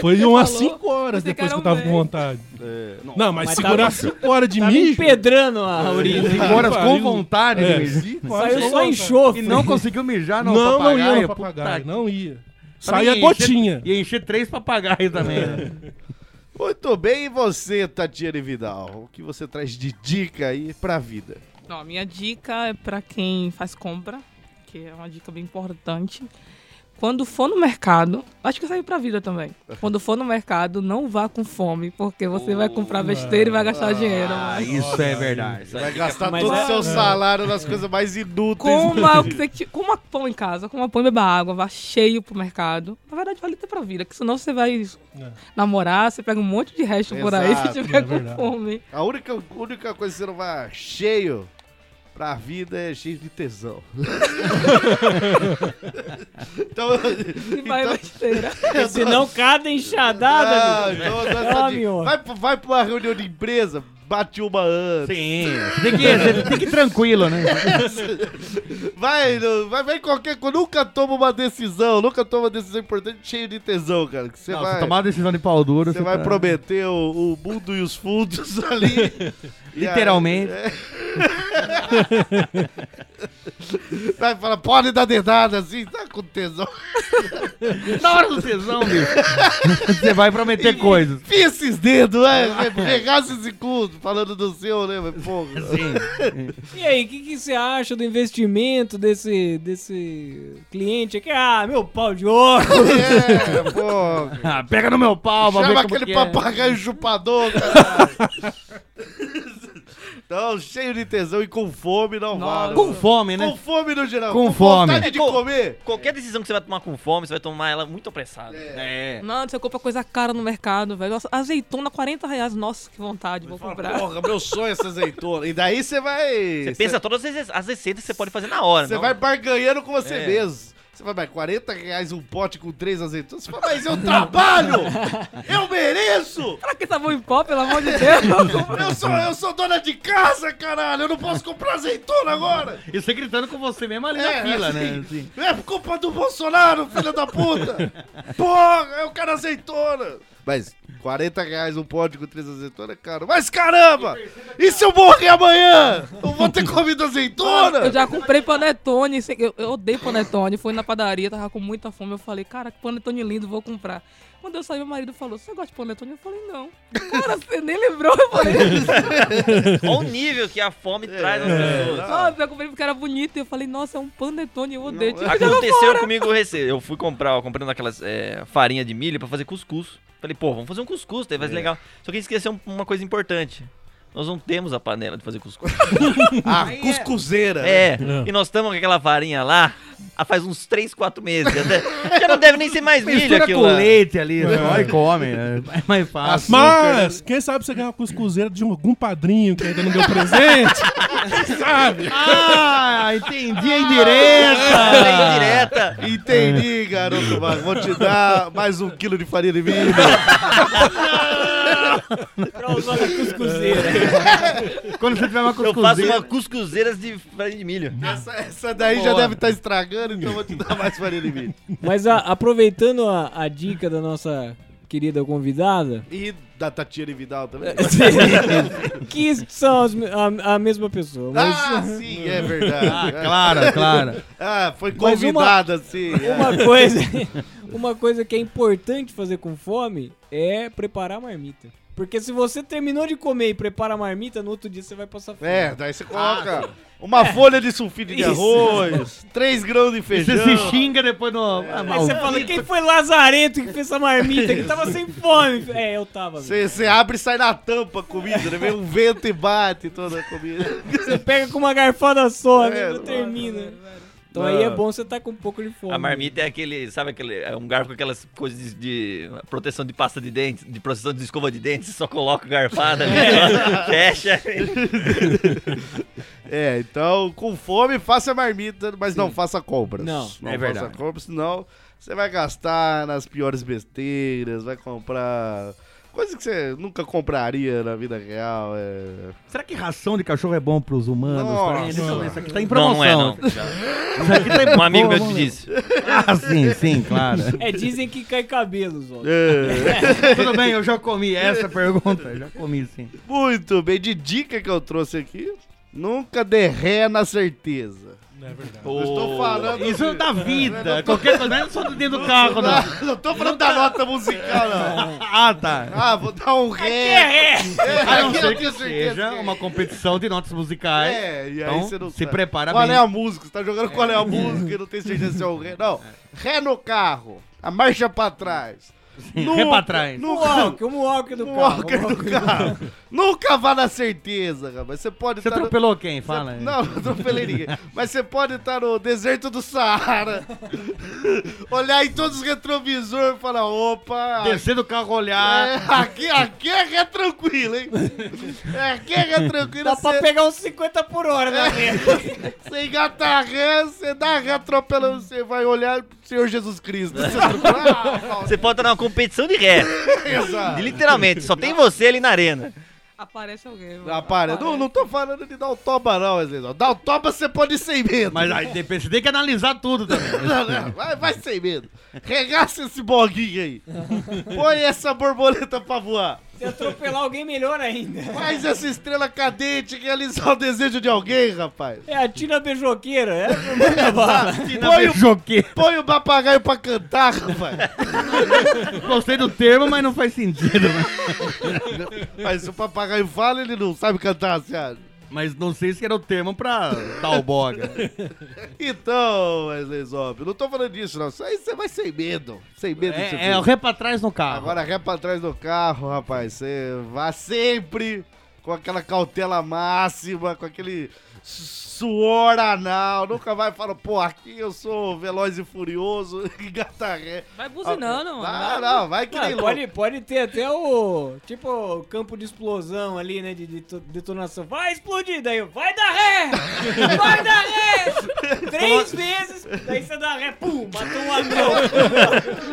foi umas falou, 5 horas vocês depois que eu ficaram tava com bem. vontade. É, Não, mas, segurar tava- 5 horas de Tava mijo. empedrando É. a urina. Cinco Horas com pariu. vontade de É, mijar. cinco horas Saiu com só vontade. enxofre. E não conseguiu mijar no Não, não ia papagaio. no papagaio, puta não ia. Também Saía ia encher- gotinha. Ia encher três papagaios também. né? Muito bem, e você, Tatiane Vidal? O que você traz de dica aí pra vida? Não, a minha dica é pra quem faz compra, que é uma dica bem importante. Quando for no mercado, acho que serve pra vida também. Quando for no mercado, não vá com fome, porque você vai comprar besteira e vai gastar dinheiro. Ah, mano. isso é verdade. Você vai gastar mas todo o é- seu salário nas coisas mais inúteis. Coma o que você ti- coma pão em casa, coma pão e beba água, vá cheio pro mercado. Na verdade, vale ter pra vida, que senão você vai namorar, você pega um monte de resto por aí se Exato, tiver é com verdade. fome. A única, única coisa que você não vai cheio pra vida é cheio de tesão. então, E vai Então- besteira. Senão cada enxadada. Ah, amigo. então eu dou essa Ah, dica. meu. vai, pra- vai pra uma reunião de empresa, bate uma antes. Sim. Você tem que, você tem que ir tranquilo, né? Vai, no- vai, vai em qualquer coisa. Nunca toma uma decisão, nunca toma uma decisão importante cheio de tesão, cara. Que você Não, vai, se tomar uma decisão de pau duro, você vai tá- prometer o, o mundo e os fundos ali. E aí- Literalmente. é. vai falar, pode dar dedada assim, tá com tesão. Na hora do tesão, bicho. Você vai prometer coisas. Fia esses dedos, é, regaça esse cu, falando do seu, né? Mas, pô, E aí, o que, que você acha do investimento desse, desse cliente aqui? Ah, meu pau de ouro! é, pô. Ah, pega no meu pau, pra ver Chama como aquele que é. papagaio chupador, caralho. Então, cheio de tesão e com fome não vale. Com fome, Com né? fome no geral. Com vontade fome. de É, com- comer. Qualquer decisão que você vai tomar com fome, você vai tomar ela muito apressada. Né? É. Não, você compra coisa cara no mercado, velho. Nossa, azeitona, 40 reais. Nossa, que vontade, vou comprar. Porra, meu sonho é essa azeitona. E daí você vai... Você pensa todas as rece- as receitas que você pode fazer na hora. Você não? vai barganhando com você É. mesmo. Você vai, mas 40 reais um pote com três azeitonas? Você fala, mas eu trabalho! eu mereço! Pra que sabão em pó, um pelo amor de Deus? Eu sou, eu sou dona de casa, caralho! Eu não posso comprar azeitona agora! E você gritando com você mesmo ali É, na fila, assim. né? Assim. É por culpa do Bolsonaro, filho da puta! Porra, eu quero azeitona! Mas 40 reais um pote com três azeitonas é caro. Mas caramba! E se eu morrer amanhã? Eu vou ter comido Eu azeitona? já comprei panetone, sei que eu, eu odeio panetone, fui na padaria, tava com muita fome, eu falei, cara, que panetone lindo, vou comprar. Quando eu saí, meu marido falou, você gosta de panetone? Eu falei, não. Cara, você nem lembrou, eu falei, Olha o nível que a fome traz nas pessoas. nossa, eu comprei porque era bonito, e eu falei, nossa, é um panetone, eu odeio. é. Tipo, Aconteceu comigo recente. Eu fui comprar, eu comprei aquelas é, farinha de milho pra fazer cuscuz. Falei, pô, vamos fazer um cuscuz, daí vai ser legal. Só que esqueceu um- uma coisa importante. Nós não temos a panela de fazer cuscuz. Ah, cuscuzeira! né? é, e nós estamos com aquela farinha lá há faz uns 3, 4 meses. Até, já não deve nem ser mais milho Mistura aquilo com lá. leite ali, só e come. Né? É mais fácil. Mas, quem sabe você ganha uma cuscuzeira de algum padrinho que ainda não deu presente? Quem sabe? Ah, entendi a indireta. Farinha Ah. direta. Entendi, garoto Mago. Vou te dar mais um quilo de farinha de milho. Pra usar na cuscuzeira. Quando você tiver uma Eu faço cuscuzeira... uma cuscuzeira de farinha de milho. Essa, essa daí já deve estar estragando, então eu vou te dar mais farinha de milho. Mas a- aproveitando a, a dica da nossa querida convidada, E da Tatiana Vidal também. que são as me- a, a mesma pessoa. Mas Ah, sim, é verdade. Ah, claro, claro. Ah, foi Mas uma- convidada, sim. é. uma coisa, uma coisa que é importante fazer com fome é preparar a marmita. Porque se você terminou de comer e prepara a marmita, no outro dia você vai passar fome. É, daí você coloca uma folha de sulfite de Isso. arroz, três grãos de Você feijão. se xinga depois no... Ah, Aí você maldito. fala, quem foi lazarento que fez essa marmita? Que tava sem fome. É, eu tava. velho. Você você abre e sai na tampa a comida, né? Vem um vento e bate toda a comida. Você pega com uma garfada só, É, né? Não mano. termina. Então aí é bom você tá com um pouco de fome. A marmita é aquele, sabe aquele, é um garfo com aquelas coisas de, de proteção de pasta de dente, de proteção de escova de dente, você só coloca garfada, fecha. É, então, com fome, faça marmita, mas não faça compras. Não, não é faça verdade. compras, senão você vai gastar nas piores besteiras, vai comprar coisas que você nunca compraria na vida real. É... Será que ração de cachorro é bom pros humanos? Nossa. também? Eles também- Isso aqui tá em Não, promoção. não é, não. Isso aqui tá em Um amigo meu Vamos te ler. disse. Ah, sim, sim, claro. É, dizem que cai cabelos, ó. É. Tudo bem, eu já comi essa pergunta. eu Já comi, sim. Muito bem, de dica que eu trouxe aqui, nunca derré na certeza. Não é verdade. Eu estou falando... Isso é da vida. Qualquer coisa, não é só dentro do carro, não. Não, não tô falando da nota musical, não. Ah, tá. Ah, vou dar um ré. É, é. A não aqui eu ser tenho que certeza seja que é. uma competição de notas musicais. É, e aí Então, você não se prepara qual bem. é a música. Você tá jogando qual é a música e não tem certeza se é o ré. Não, ré no carro, a marcha pra trás. ré pra trás. Um Nunca, walk, um walk do no carro. walker do carro. Nunca vá na certeza, rapaz. Você pode Você estar... tá no... atropelou quem? Fala. aí. Não, não atropelei ninguém. Mas você pode estar no deserto do Saara, olhar em todos os retrovisores e falar, opa... Descer do carro, É, olhar. aqui, aqui é ré tranquilo, hein? Aqui é ré tranquilo. Dá pra você- pegar uns 50 por hora né? na mesa. Você engata a ré, você dá a ré atropelando, você vai olhar pro Senhor Jesus Cristo. Você fala, Você pode estar numa competição de ré, "Ah, beleza." literalmente, só tem você ali na arena. Aparece alguém. mano. Ah, para, não, não tô falando de dar o toba, não, Wesley. Dar o toba você pode ir sem medo. Mas aí depende, você tem que analisar tudo também. Não, não, vai, vai sem medo. Regaça esse boguinho aí. Põe essa borboleta pra voar. Se atropelar alguém, melhor ainda. Faz essa estrela cadente realizar o desejo de alguém, rapaz. É a Tina Beijoqueira, é? por muita bala. Põe o, Joguei. põe o papagaio pra cantar, rapaz. Gostei do termo, mas não faz sentido. Mas se o papagaio fala, ele não sabe cantar, você acha? Mas não sei se era o termo pra tal boga. Então, Wesley Zop, não tô falando disso, não. Isso aí você vai sem medo. Sem medo de ser É, é preso. o ré pra trás no carro. Agora ré pra trás do carro, rapaz. Você vá sempre com aquela cautela máxima, com aquele su- suor anal. Nunca vai falar, pô, aqui eu sou veloz e furioso e gata ré. Ah, Vai buzinando, mano. Não, Vai- não, vai É que é, nem Ah, louco. pode, pode ter até o. Tipo, o campo de explosão ali, né? De deto- detonação. Vai explodir, daí eu, vai dar ré! Vai dar ré! Três vezes, daí você dá ré, pum, matou um anão.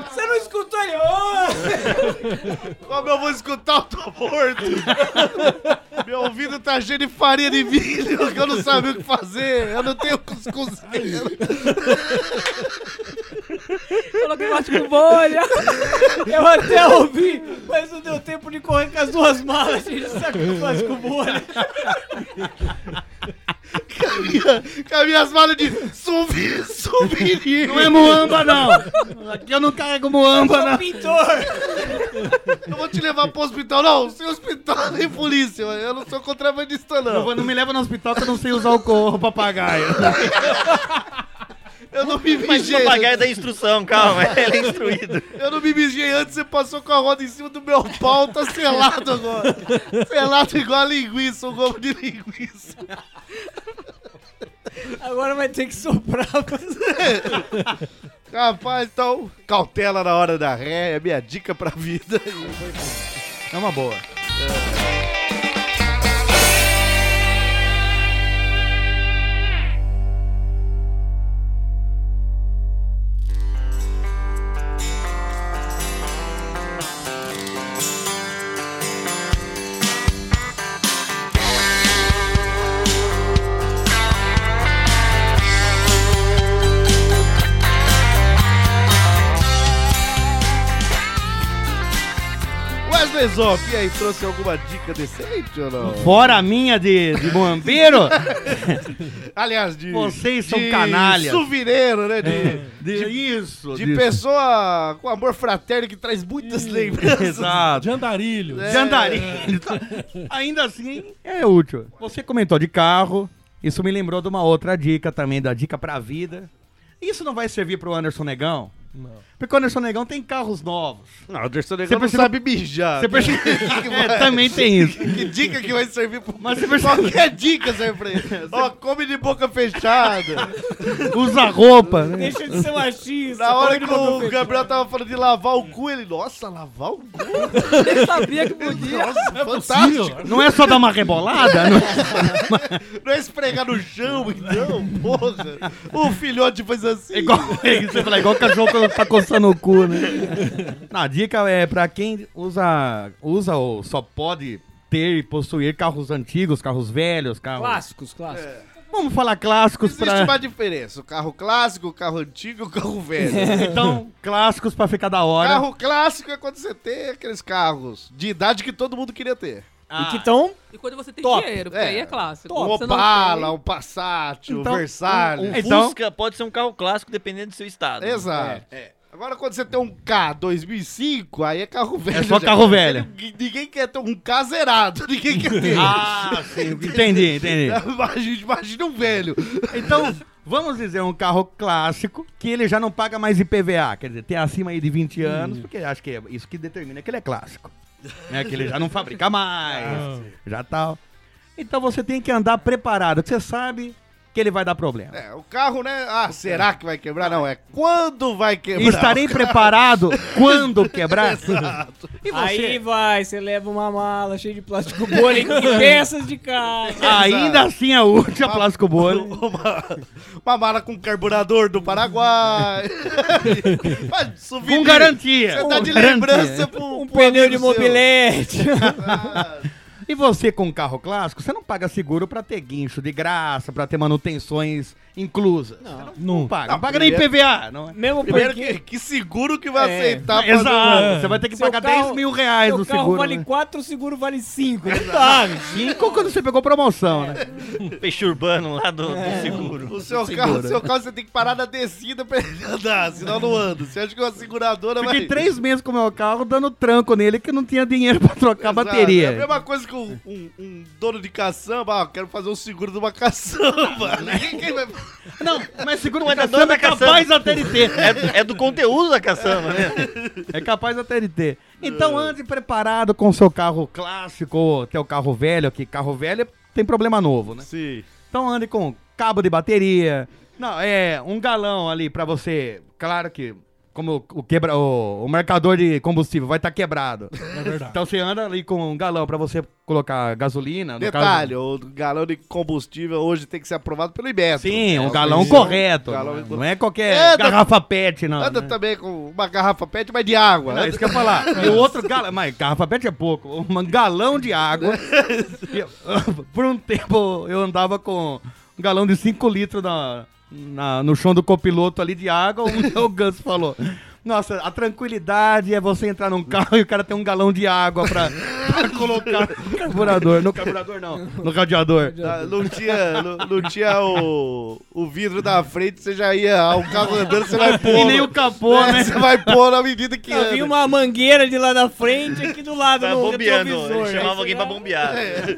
Você não escutou ele? "Ô!" Como eu vou escutar o tô morto? Meu ouvido tá cheio de farinha de milho, que eu não sabia o que fazer. Eu não tenho É cuscuzeiro. Coloquei bate com bolha. Eu até ouvi, mas não deu tempo de correr com as duas malas, gente. Sabe o que faz com o bolha? Com as minhas malas de subir, subir. Não é muamba, não. Aqui eu não carrego Tá muamba, não. Pintor! Eu vou te levar pro hospital. Não, sem hospital nem polícia. Eu não sou contrabandista, Não, não. vou- não me leva no hospital que eu não sei usar o corro papagaio. Eu não me Mas o mijei. papagaio da instrução, calma, ele é instruído. Eu não me mijei antes, você passou com a roda em cima do meu pau, tá selado agora. Selado igual a linguiça, um gomo de linguiça. Agora vai ter que soprar. Rapaz, então, cautela na hora da ré, é minha dica pra vida. É uma boa. Thank Mas, ó, e aí, trouxe alguma dica decente ou não? Fora a minha de, de bombeiro, Aliás, de. Vocês são de canalhas. É. Suvineiro, né? De, de, isso. de disso. pessoa com amor fraterno que traz muitas lembranças. Exato. De andarilho. De andarilho. Ainda assim, é útil. Você comentou de carro. Isso me lembrou de uma outra dica também, da dica pra vida. Isso não vai servir pro Anderson Negão? Não. Porque o Anderson Negão tem carros novos. Não, o Anderson Você Negão não precisa- sabe mijar. Você percebe? é, também tem isso. Que dica que vai servir pro... Mas você percebe- Qualquer dica serve pra ele. Ó, come de boca fechada. Usa roupa. Né? Deixa de ser machista. Na hora come que de boca o fechada. Gabriel tava falando de lavar o cu, ele... Nossa, lavar o cu? Nem sabia que podia. é Nossa, fantástico. Não é só dar uma rebolada? não é? Não é esfregar no chão, então? Porra. O filhote faz assim. É igual, você fala, é igual cachorro quando tá coçando o cu, né? Não, a dica é pra quem usa, usa ou só pode ter e possuir carros antigos, carros velhos, carros... Clássicos, clássicos. Vamos falar clássicos Existe pra... uma diferença. O carro clássico, o carro antigo e o carro velho. Então, clássicos pra ficar da hora. Carro clássico é quando você tem aqueles carros de idade que todo mundo queria ter. Ah, E que tão E quando você tem Top. dinheiro, porque É. aí é clássico. Um Você não Opala, um Passat, Então, um Versalhes. um- um- Então- Fusca pode ser um carro clássico dependendo do seu estado. Exato. É. Agora, quando você tem um K 2005, aí é carro velho. só já. carro velho. Ninguém- Ninguém quer ter um K zerado. Ninguém quer ter. ah, sim, entendi, entendi. Imagina, imagina um velho. Então, vamos dizer um carro clássico que ele já não paga mais IPVA, quer dizer, tem acima aí de 20 Hum. anos, porque acho que é isso que determina que ele é clássico. Né? Que ele já não fabrica Ah. mais, já tal. Então você tem que andar preparado, que você sabe que ele vai dar problema. É, o carro, né? Ah, será que vai quebrar? Não, é quando vai E quebrar. estarei preparado quando quebrar. E você Aí vai, você leva uma mala cheia de plástico bolha e peças de carro. ainda assim é útil a plástico bolha. Uma, uma mala com carburador do Paraguai. Faz souvenir. Com garantia. Você dá de Com garantia. lembrança pro, Um pro pneu de amigo seu. mobilete. E você com um carro clássico, você não paga seguro pra ter guincho de graça, pra ter manutenções inclusas. Não, não, Não. paga. Não, Não, paga nem primeiro- PVA. Não é? Mesmo Primeiro porque que, que seguro que vai É. aceitar fazer Exato. é. tá Você vai ter que Seu pagar carro- 10 mil reais seu no carro seguro. vale né? 4, o seguro vale 5. Não dá, bicho. Cinco quando você pegou promoção, né? Peixe urbano lá do, do É. seguro. O seu carro, o seu carro você tem que parar na descida pra ele andar, senão não anda. Você acha que uma seguradora vai. Fiquei três meses com o meu carro dando tranco nele que não tinha dinheiro pra trocar a Exato. É a bateria. mesma coisa que um, um- um dono de caçamba, ah, quero fazer um seguro de uma caçamba. Ninguém quem vai. Não, mas seguro Mas da da dona é capaz até de ter. É, é do conteúdo da caçamba, né? É capaz até de ter. É. Então ande preparado com seu carro clássico, ou teu carro velho, que carro velho tem problema novo, né? Sim. Então ande com cabo de bateria. Não, é um galão ali pra você. Claro que como o, quebra, o, o marcador de combustível vai estar quebrado. É verdade. Então você anda ali com um galão pra você colocar gasolina. no Detalhe, o galão de combustível hoje tem que ser aprovado pelo É, IBEST. Caso... Sim, um galão correto. Galão- não é qualquer É, tá da- garrafa pet, não. Anda né? também com uma garrafa pet, mas de água. Não, Anda- é isso que eu ia falar. E o outro galão. Mas garrafa pet é pouco. Um galão de água. E eu- por um tempo eu andava com um galão de 5 litros na, na- no chão do copiloto ali de água. um O, o Ganso falou. Nossa, a tranquilidade é você entrar num carro e o cara tem um galão de água pra, pra colocar no carburador. No carburador não, no radiador. Ah, Não tinha, não, não tinha o, o vidro da frente, você já ia. ah, O carro andando, você vai pôr. E nem o capô, É, né? Você vai pôr na medida que Eu vi anda. uma mangueira de lá da frente aqui do lado Tá no bombeando. retrovisor. né? Ele Aí chamava você alguém é já- pra bombear. É.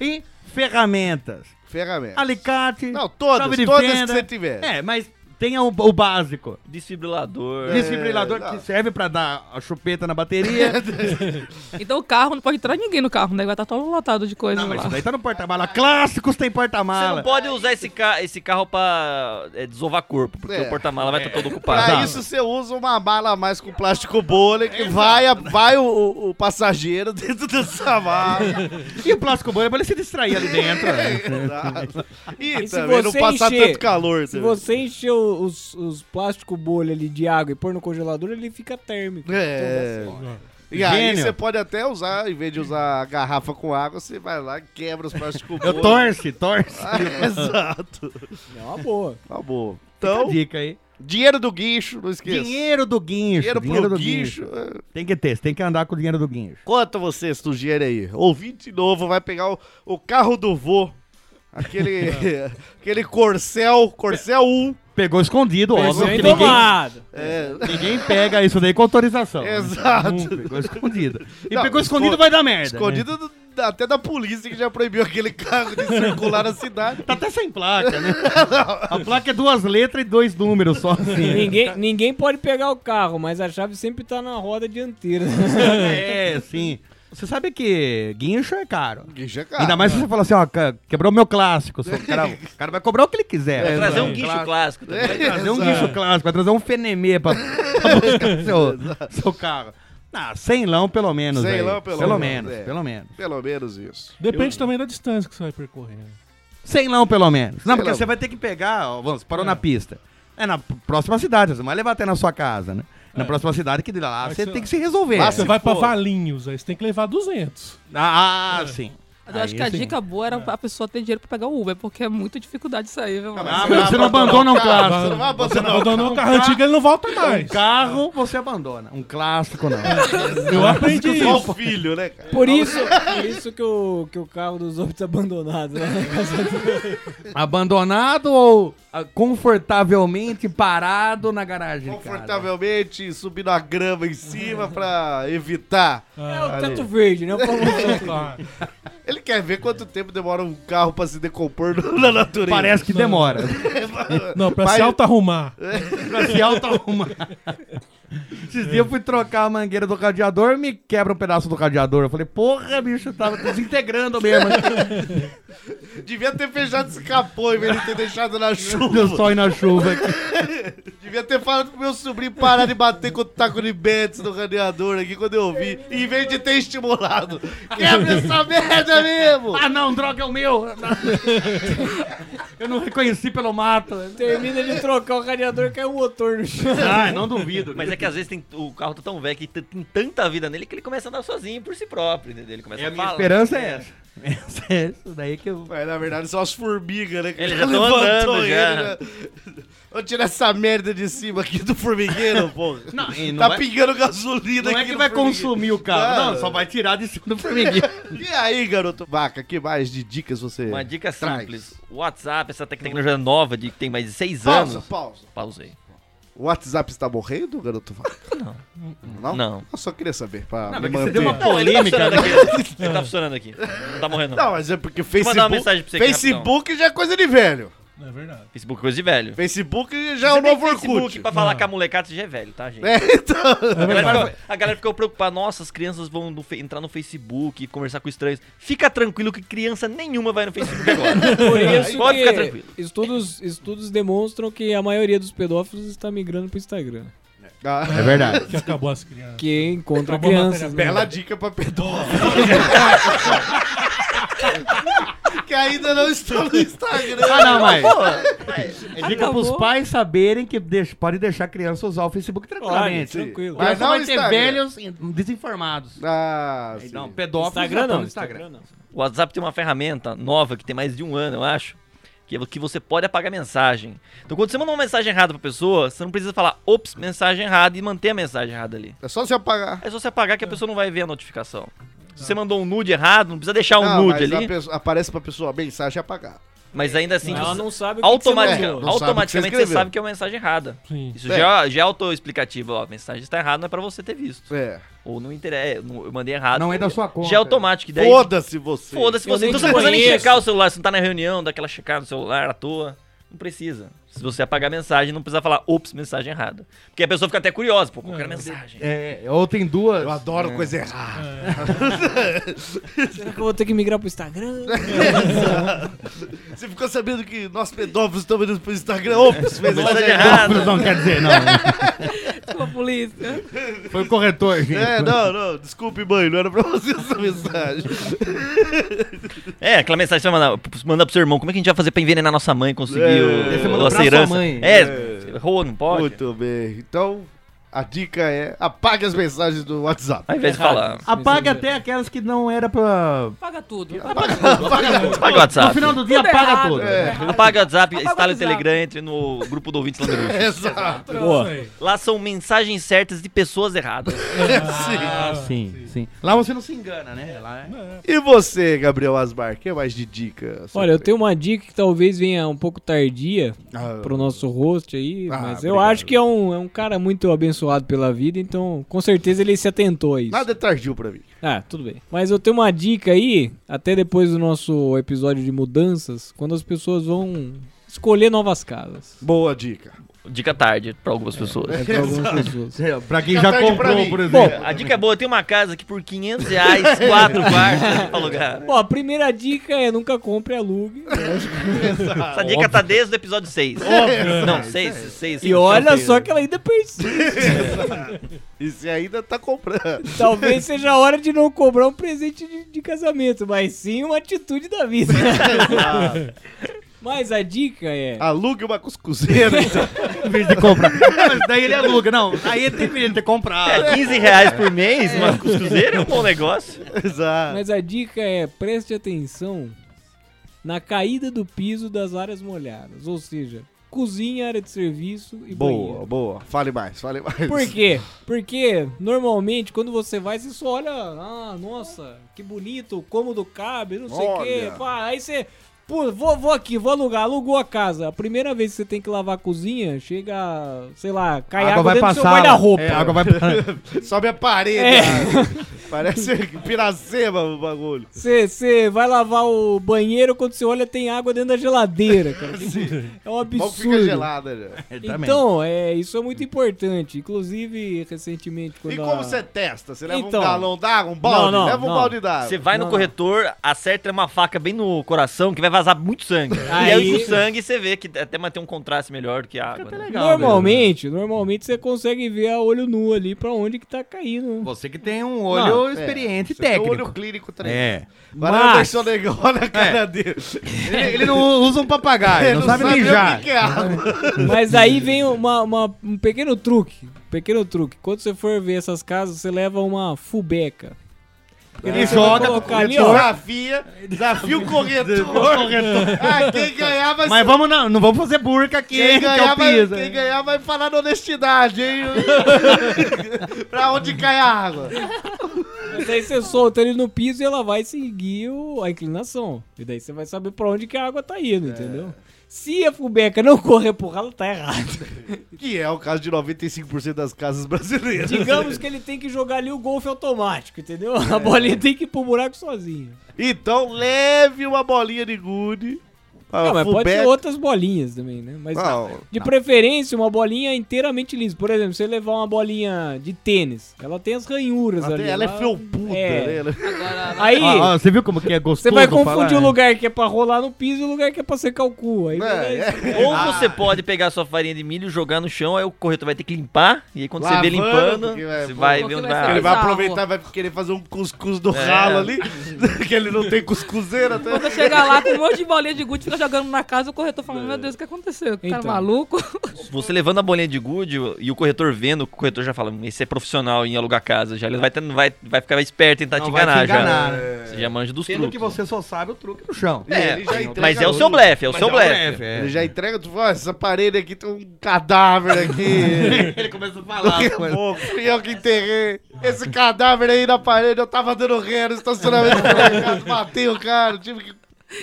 E ferramentas. Ferramenta. É. Alicate. Não, todas, chave de todas fenda. que você tiver. É, É, mas tenha o- o básico. Desfibrilador. Desfibrilador não. que serve pra dar a chupeta na É, bateria. tem- Então o carro não pode entrar ninguém no carro, né? Vai estar todo lotado de coisa não, mas lá. isso daí tá no porta-mala. Clássicos tem Você não Ah. porta-mala. pode usar esse, ca esse carro pra é, desovar corpo, porque É. o porta-mala vai estar todo ocupado. Pra Exato. isso você usa uma bala a mais com plástico bolha que vai, a- vai o, o- o passageiro dentro dessa mala. E o plástico bolha pra ele se distrair ali É. dentro. né? Exato. E, E se também não você passar encher- tanto calor. Se você- você encher os, os plástico bolha ali de água e pôr no congelador, ele fica térmico. Então, É. E aí Gênio. você pode até usar, em vez de usar a garrafa com água, você vai lá e quebra os plásticos Eu Ah, torce, torce. Exato. É uma boa. Tá bom. Então, Então, dica aí. Dinheiro do guincho, não esqueça. Dinheiro do guincho. Dinheiro pro dinheiro do guincho. é. Tem que ter, você tem que andar com o dinheiro do guincho. Conta você, sujeira aí. Ouvinte novo, vai pegar o, o carro do vô. Aquele, aquele Corcel, Corcel 1. Pegou escondido, óbvio. Presente Que ninguém, tomado. É, ninguém pega isso daí com autorização. né? Exato. Não, Pegou escondido. E Não, pegou esco- escondido vai dar merda. né? escondido do- da- até da polícia que já proibiu aquele carro de circular na cidade. Tá até sem placa, né? A placa é duas letras e dois números só. Assim. Ninguém, ninguém pode pegar o carro, mas a chave sempre tá na roda dianteira. É, sim. Você sabe que guincho é caro. Guincho é caro. Ainda mais se você falar assim, ó, ca- quebrou meu clássico. só- O cara, o cara vai cobrar o que ele quiser. É, Vai Trazer Exato. um guincho clássico. também. É, trazer um exato. guincho clássico, vai trazer um fenemê pra, pra buscar seu, seu carro. Ah, cem-lão pelo menos. Cem aí. lão pelo menos, menos. é. Pelo menos. Pelo menos isso. Depende também da distância que você vai percorrendo. Cem-lão pelo menos. Cem Não, porque lão. você vai ter que pegar, ó, vamos, parou na pista. É na p- próxima cidade, você não vai levar até na sua casa, né? Na É. próxima cidade que de lá, Vai você ser tem lá. que Ah, se resolver. Você vai pra Valinhos, aí você tem que levar 200. Ah, ah, sim. Mas eu acho Aí é. que a sim. dica boa era a pessoa ter dinheiro pra pegar o Uber, porque é muita dificuldade isso aí, viu, mano? Ah, mas você não abandona um clássico. Um Você não vai Você não abandonar o carro. abandonou o carro antigo, ele não volta mais. Carro você abandona. Um clássico não. é Eu aprendi Só um isso. o filho, né, cara? Por isso, por isso que, o, que o carro dos outros é abandonado, né? Abandonado ou ah, confortavelmente parado na garagem? de casa? Confortavelmente subindo a grama em cima pra evitar. É o teto verde, né? O famoso. Claro. Ele quer ver quanto tempo demora um carro pra se decompor no- na natureza. Parece que demora. Não, pra Vai- se auto-arrumar. pra se auto-arrumar. Esses dias eu fui trocar a mangueira do cadeador, me quebra um pedaço do cadeador. Eu falei, porra, bicho, tava desintegrando mesmo. Devia ter fechado esse capô em vez de ter deixado na Deu chuva. sol e na chuva aqui. Devia ter falado pro meu sobrinho parar de bater tá com o taco de Bentes no radiador aqui quando eu ouvi, em vez de ter estimulado. Quebra essa merda mesmo! Ah não, droga, é o meu. Eu não reconheci pelo mato. Termina de trocar o radiador, cai o motor no chão. Ah, não duvido. Mas é que às vezes tem- o carro tá tão velho que t- tem tanta vida nele que ele começa a andar sozinho por si próprio, entendeu? Ele começa E a a minha falar. esperança é essa. Essa é isso daí que eu... Mas na verdade são as formigas, né? Que Eles já tão andando, já. né? Vamos tirar essa merda de cima aqui do formigueiro, porra. Não, e não tá vai- pingando gasolina Não aqui. é que no vai formigueiro. consumir o carro, Claro. não, só vai tirar de cima do formiguinho. E aí, garoto vaca, que mais de dicas você. Uma dica traz? simples. O WhatsApp, essa tecnologia nova de que tem mais de seis Pausa, anos. pausa. Pausei. O WhatsApp está morrendo, garoto vaca? Não. Não? Não. Eu só queria saber. Pra Não, me porque você deu manter. uma Não, ele tá polêmica, funcionando né? aqui. Ele tá funcionando aqui. Não tá morrendo, não. Não, mas é porque mandar Facebook. uma mensagem pra você aqui, Facebook já é coisa de velho. É verdade. Facebook é coisa de velho. Facebook já é o Você tem novo Facebook Orkut. pra Ah. falar com a molecada, você já é velho, tá, gente? É, então. A galera, ficou, a galera ficou preocupada, nossa, as crianças vão no Fe- entrar no Facebook e conversar com estranhos. Fica tranquilo que criança nenhuma vai no Facebook agora. Por isso Pode ficar que tranquilo. estudos, estudos demonstram que a maioria dos pedófilos está migrando pro Instagram. Ah, É verdade. Que acabou as crianças. Que encontra Acabou a crianças. né? Bela dica pra pedófilo. que ainda não estão no Instagram. Ah, não, mas. É dica pros Acabou. pais saberem que deixa- pode deixar a criança usar o Facebook Olha, tranquilamente. tranquilo. Mas Mas não não vai Instagram. ter velhos desinformados. Ah, sim. um Não, pedófilos Instagram já tão não, no Instagram. Instagram não. O WhatsApp tem uma ferramenta nova que tem mais de um ano, eu acho. Que, é que você pode apagar mensagem. Então, quando você manda uma mensagem errada pra pessoa, você não precisa falar, ops, mensagem errada e manter a mensagem errada ali. É só se apagar. É só você apagar que a pessoa não vai ver a notificação. Se você mandou um nude errado, não precisa deixar um não, nude mas a ali. pessoa- aparece pra pessoa a mensagem é apagada. Mas ainda assim, Ela você- não sabe o que, automatica- que você não sabe o mandou. que você automaticamente você escreveu. sabe que é uma mensagem errada. Sim. Isso É. já, já é autoexplicativo, ó. A mensagem está errada, não é pra você ter visto. É. Ou não interessa, não- eu mandei errado. Não é da sua conta. Já é automático, daí. Foda-se você. Foda-se Eu você. nem Então te você não precisa nem conheço. checar o celular, você não tá na reunião, dá aquela checada no celular à toa. Não precisa. Se você apagar a mensagem, não precisa falar, ops, mensagem errada. Porque a pessoa fica até curiosa, pô, qualquer mensagem. É, ou tem duas. Eu adoro coisa errada. Será que eu vou ter que migrar pro Instagram? Você ficou sabendo que nós pedófilos estamos indo pro Instagram? É, Ops, mensagem Mensagem errada. errada. Não quer dizer, não. Desculpa, polícia. Foi o corretor, gente. É, não, não. Desculpe, mãe, não era pra você essa mensagem. É, aquela mensagem que você vai mandar, mandar pro seu irmão. Como é que a gente vai fazer pra envenenar nossa mãe e conseguir É. o- Você mandou a pra herança? sua mãe. É, você errou, não pode. Muito bem. Então, A dica é apague as mensagens do WhatsApp. Ao invés de falar, Apaga até aquelas que não era pra. Paga tudo. É. apaga o WhatsApp. No final do dia, Tudo apaga errado. tudo. Apaga o WhatsApp, instala Apaga o o WhatsApp. Telegram, entre no grupo do ouvinte Lambiruxo. Exato. Boa. Lá são mensagens certas de pessoas erradas. Ah, sim, sim, Lá você não se engana, né? Lá é... E você, Gabriel Asmar, que mais de dicas? Olha, eu tenho uma dica que talvez venha um pouco tardia Ah, pro nosso host aí, Ah, mas eu obrigado. acho que é um, é um cara muito abençoado pela vida, então com certeza ele se atentou a isso. Nada é tardio pra mim. Ah, tudo bem. Mas eu tenho uma dica aí, até depois do nosso episódio de mudanças, quando as pessoas vão escolher novas casas. Boa dica. Dica tarde pra algumas pessoas. É pra algumas pessoas. Pra quem Já já perde pra comprou, mim. por exemplo. A dica é boa, tem uma casa aqui por 500 reais, quatro quartos pra alugar. Bom, a primeira dica é nunca compre alugue. Essa dica tá desde o episódio 6. Não, 6, 6. E olha né? só que ela ainda persiste. E você ainda tá comprando. Talvez seja a hora de não cobrar um presente de, de casamento, mas sim uma atitude da vida. mas a dica é. Alugue uma cuscuzeira. então. Em vez de comprar. Não, mas daí ele aluga, não. Aí ele tem que ele ter comprado. É 15 reais por mês, uma costurzeira é um bom negócio. Exato. Mas a dica é preste atenção na caída do piso das áreas molhadas, ou seja, cozinha, área de serviço e Boa, banheiro. boa. Fale mais, fale mais. Por quê? Porque normalmente quando você vai, você só olha, ah, nossa, que bonito, o cômodo cabe, não sei o quê. Olha. pá, aí você, pô, vou, vou aqui, vou alugar, alugou a casa. A primeira vez que você tem que lavar a cozinha, chega, sei lá, A cai água, dentro do seu guarda-roupa. É, a água vai pra... Sobe a parede. É. cara. Parece piracema o bagulho. Você- Você vai lavar o banheiro, quando você olha, tem água dentro da geladeira, cara. É um Mal absurdo. que fica gelada já. Então, é, isso é muito importante. Inclusive, recentemente, quando E como a- você testa? Você leva Então. um galão d'água, um balde? Não, não, leva um não. balde d'água. Você vai no Não, não. corretor, acerta uma faca bem no coração que vai vazar muito sangue. E aí Aí- com o sangue você vê que até manter um contraste melhor do que a tá, é água. né? normalmente, normalmente você consegue ver a olho nu ali pra onde que tá caindo. Você que tem um É, olho experiente e você tem um técnico. olho clínico treinado. É. Agora Mas- eu deixo o negão na cara dele. Ele, ele não usa um papagaio, não, sabe nem mijar. o que que é água. Mas aí vem uma, uma- um pequeno truque. um pequeno truque. Quando você for ver essas casas, você leva uma fubeca. Porque daí E você vai joga colocar ali, ó. Desafia, desafia o corretor. ah, quem ganhar vai Mas vamos não, não vamos fazer burca aqui, Quem hein, ganhar, que é o vai, piso. quem ganhar vai falar na honestidade, hein? pra onde cai a água? Mas aí você solta ele no piso e ela vai seguir o- a inclinação. E daí você vai saber pra onde que a água tá É. indo, entendeu? Se a fubeca não correr pro ralo, tá errado. Que é o caso de 95% das casas brasileiras. Digamos que ele tem que jogar ali o golfe automático, entendeu? É. A bolinha tem que ir pro buraco sozinha. Então leve uma bolinha de gude. Não, Ah, mas pode ser fullback. outras bolinhas também, né? Mas Não, de preferência, uma bolinha inteiramente lisa. Por exemplo, você levar uma bolinha de tênis, ela tem as ranhuras ela, ali. tem- ela é felpuda, é. né? Ela- Aí, Ó, ó, você viu como que é gostoso você vai confundir falar? o lugar que é pra rolar no piso e o lugar que é pra secar o cu. Aí, É, beleza. Ou você pode pegar sua farinha de milho, jogar no chão, aí o corretor vai ter que limpar. E aí quando você vê Lavando, limpando, porque vai- você vai porque ver onde vai. vai Ele a ser Ah, água. vai Bizarro. aproveitar, vai querer fazer um cuscuz É. do ralo ali, que ele não tem cuscuzeira. Tá? Você chega lá com um monte de bolinha de gude, fica jogando na casa, o corretor falando, É. meu Deus, o que aconteceu? Que cara Então. maluco. Você levando a bolinha de gude e o corretor vendo, o corretor já fala: "Hum, esse é profissional em alugar casa. Já ele vai, tendo- vai, vai ficar esperto em tentar Não te vai te enganar, enganar, já. É. né? Você já manja dos Sendo truques. que você só sabe o truque no chão. É, Ele já entrega mas é o tudo. seu blefe, é o seu Mas é blefe. um blefe, é. Ele já entrega, tu fala, "Ó, essa parede aqui tem um cadáver aqui. Ele começa a falar. "Tá Pô, fui eu que enterrei. Esse cadáver aí na parede, eu tava dando ré no estacionamento do mercado, matei o cara, tive que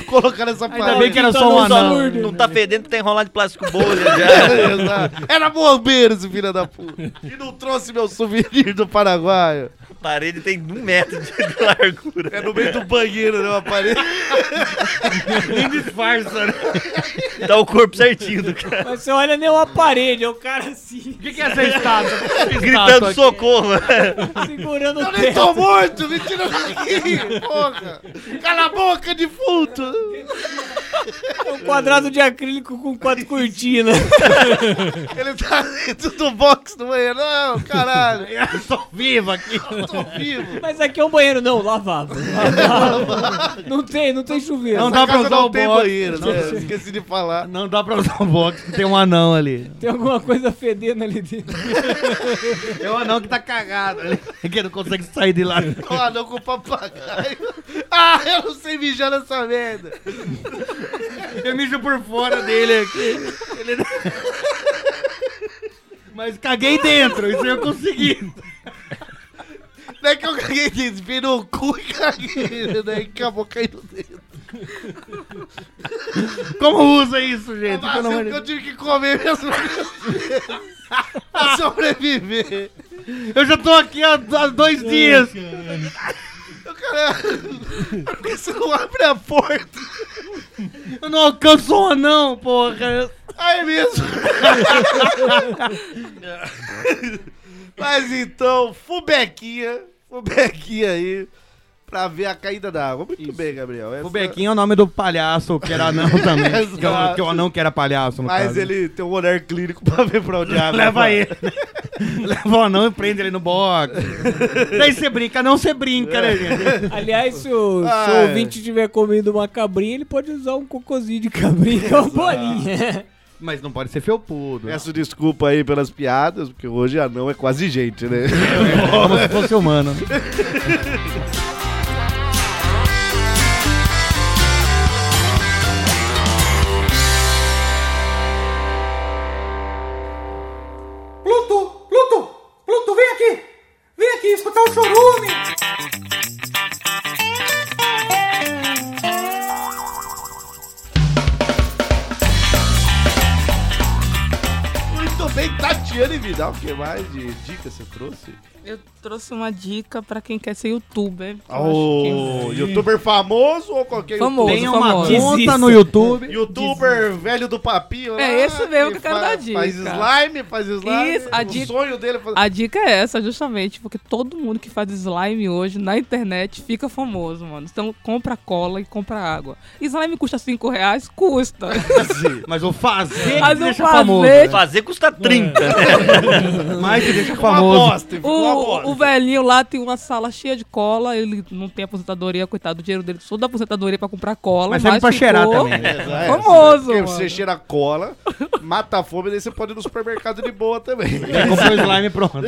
colocar nessa parede. Ainda bem que era Então só um não usa anão. lurde, Não né? tá fedendo, tá enrolado de plástico bolha já. Exato. Era bombeiro esse filho da puta. E não trouxe meu souvenir do Paraguai. A parede tem um metro de de largura. É no meio do banheiro, né? Uma parede. Nem disfarça, né? Dá o corpo certinho do cara. Mas você olha nem uma parede, é o cara assim, O que, que é essa estátua? Tá, Gritando socorro. segurando Eu o nem teto. tô morto, me tira daqui, porra. Cala a boca, defunto. É um quadrado de acrílico com quatro cortinas. Ele tá dentro do box do banheiro. Não, caralho. Eu Tô vivo aqui. tô vivo. Mas aqui é um banheiro, não, lavado. Lavado. não tem, não tem chuveiro. Não Essa dá pra casa usar não o tem box. banheiro, né? Esqueci de falar. Não dá pra usar um box, que tem um anão ali. Tem alguma coisa fedendo ali dentro. É um anão que tá cagado ali, que não consegue sair de lá. O anão Ah, com o papagaio. Ah, eu não sei mijar nessa merda. Eu mijo por fora dele aqui. Ele- Mas caguei dentro, isso eu consegui. Não é que eu caguei dentro, virou o cu e caguei. Daí acabou caindo dentro. Como usa isso, gente? Mas Pelo amor eu, de eu tive que comer mesmo. pra sobreviver. Deus. Eu já tô aqui há, há dois dias. Eu, cara, por que você não abre a porta? Eu não alcanço um anão, porra. Ah, é mesmo? Mas então, Fubequinha, Fubequinha aí, pra ver a caída da água. Muito bem, Gabriel. Essa- O Bequinho é o nome do palhaço que era anão também. que, é o, que é o anão que era palhaço, no Mas caso. ele tem um olhar clínico pra ver pra onde a água Leva vai. ele. Leva o anão e prende ele no box. Daí você brinca, não você brinca, né, gente? Aliás, se o, se o Ah, é. ouvinte tiver comido uma cabrinha, ele pode usar um cocôzinho de cabrinha ou uma bolinha. Mas não pode ser felpudo. Peço desculpa aí pelas piadas, porque hoje anão é quase gente, né? Como se fosse humano. Pluto, Pluto, Pluto, vem aqui! Vem aqui escutar o chorume! Muito bem, Tatiana e Vidal, o que mais de dica você trouxe? Eu trouxe uma dica pra quem quer ser youtuber. que eu acho Oh, youtuber famoso ou qualquer que- Famoso, Tem uma famoso. conta no YouTube. Youtuber velho do papinho. É lá, esse mesmo que eu quero fa- dar dica. Faz slime, faz slime. Isso, a o dica- sonho dele é fazer... A dica é essa, justamente, porque todo mundo que faz slime hoje na internet fica famoso, mano. Então compra cola e compra água. Slime custa 5 reais? Custa. Mas o fazer é que Mas o deixa fazer- famoso. é. né? Fazer custa 30, né? Mais que deixa Uma famoso. bosta, ficou uma bosta. O, o velhinho lá tem uma sala cheia de cola, ele não tem aposentadoria, coitado, o dinheiro dele só da aposentadoria pra comprar cola. Mas serve pra ficou cheirar também. né? É, Famoso, Porque mano. você cheira cola, mata a fome, daí você pode ir no supermercado de boa também. É. Já comprou slime pronto.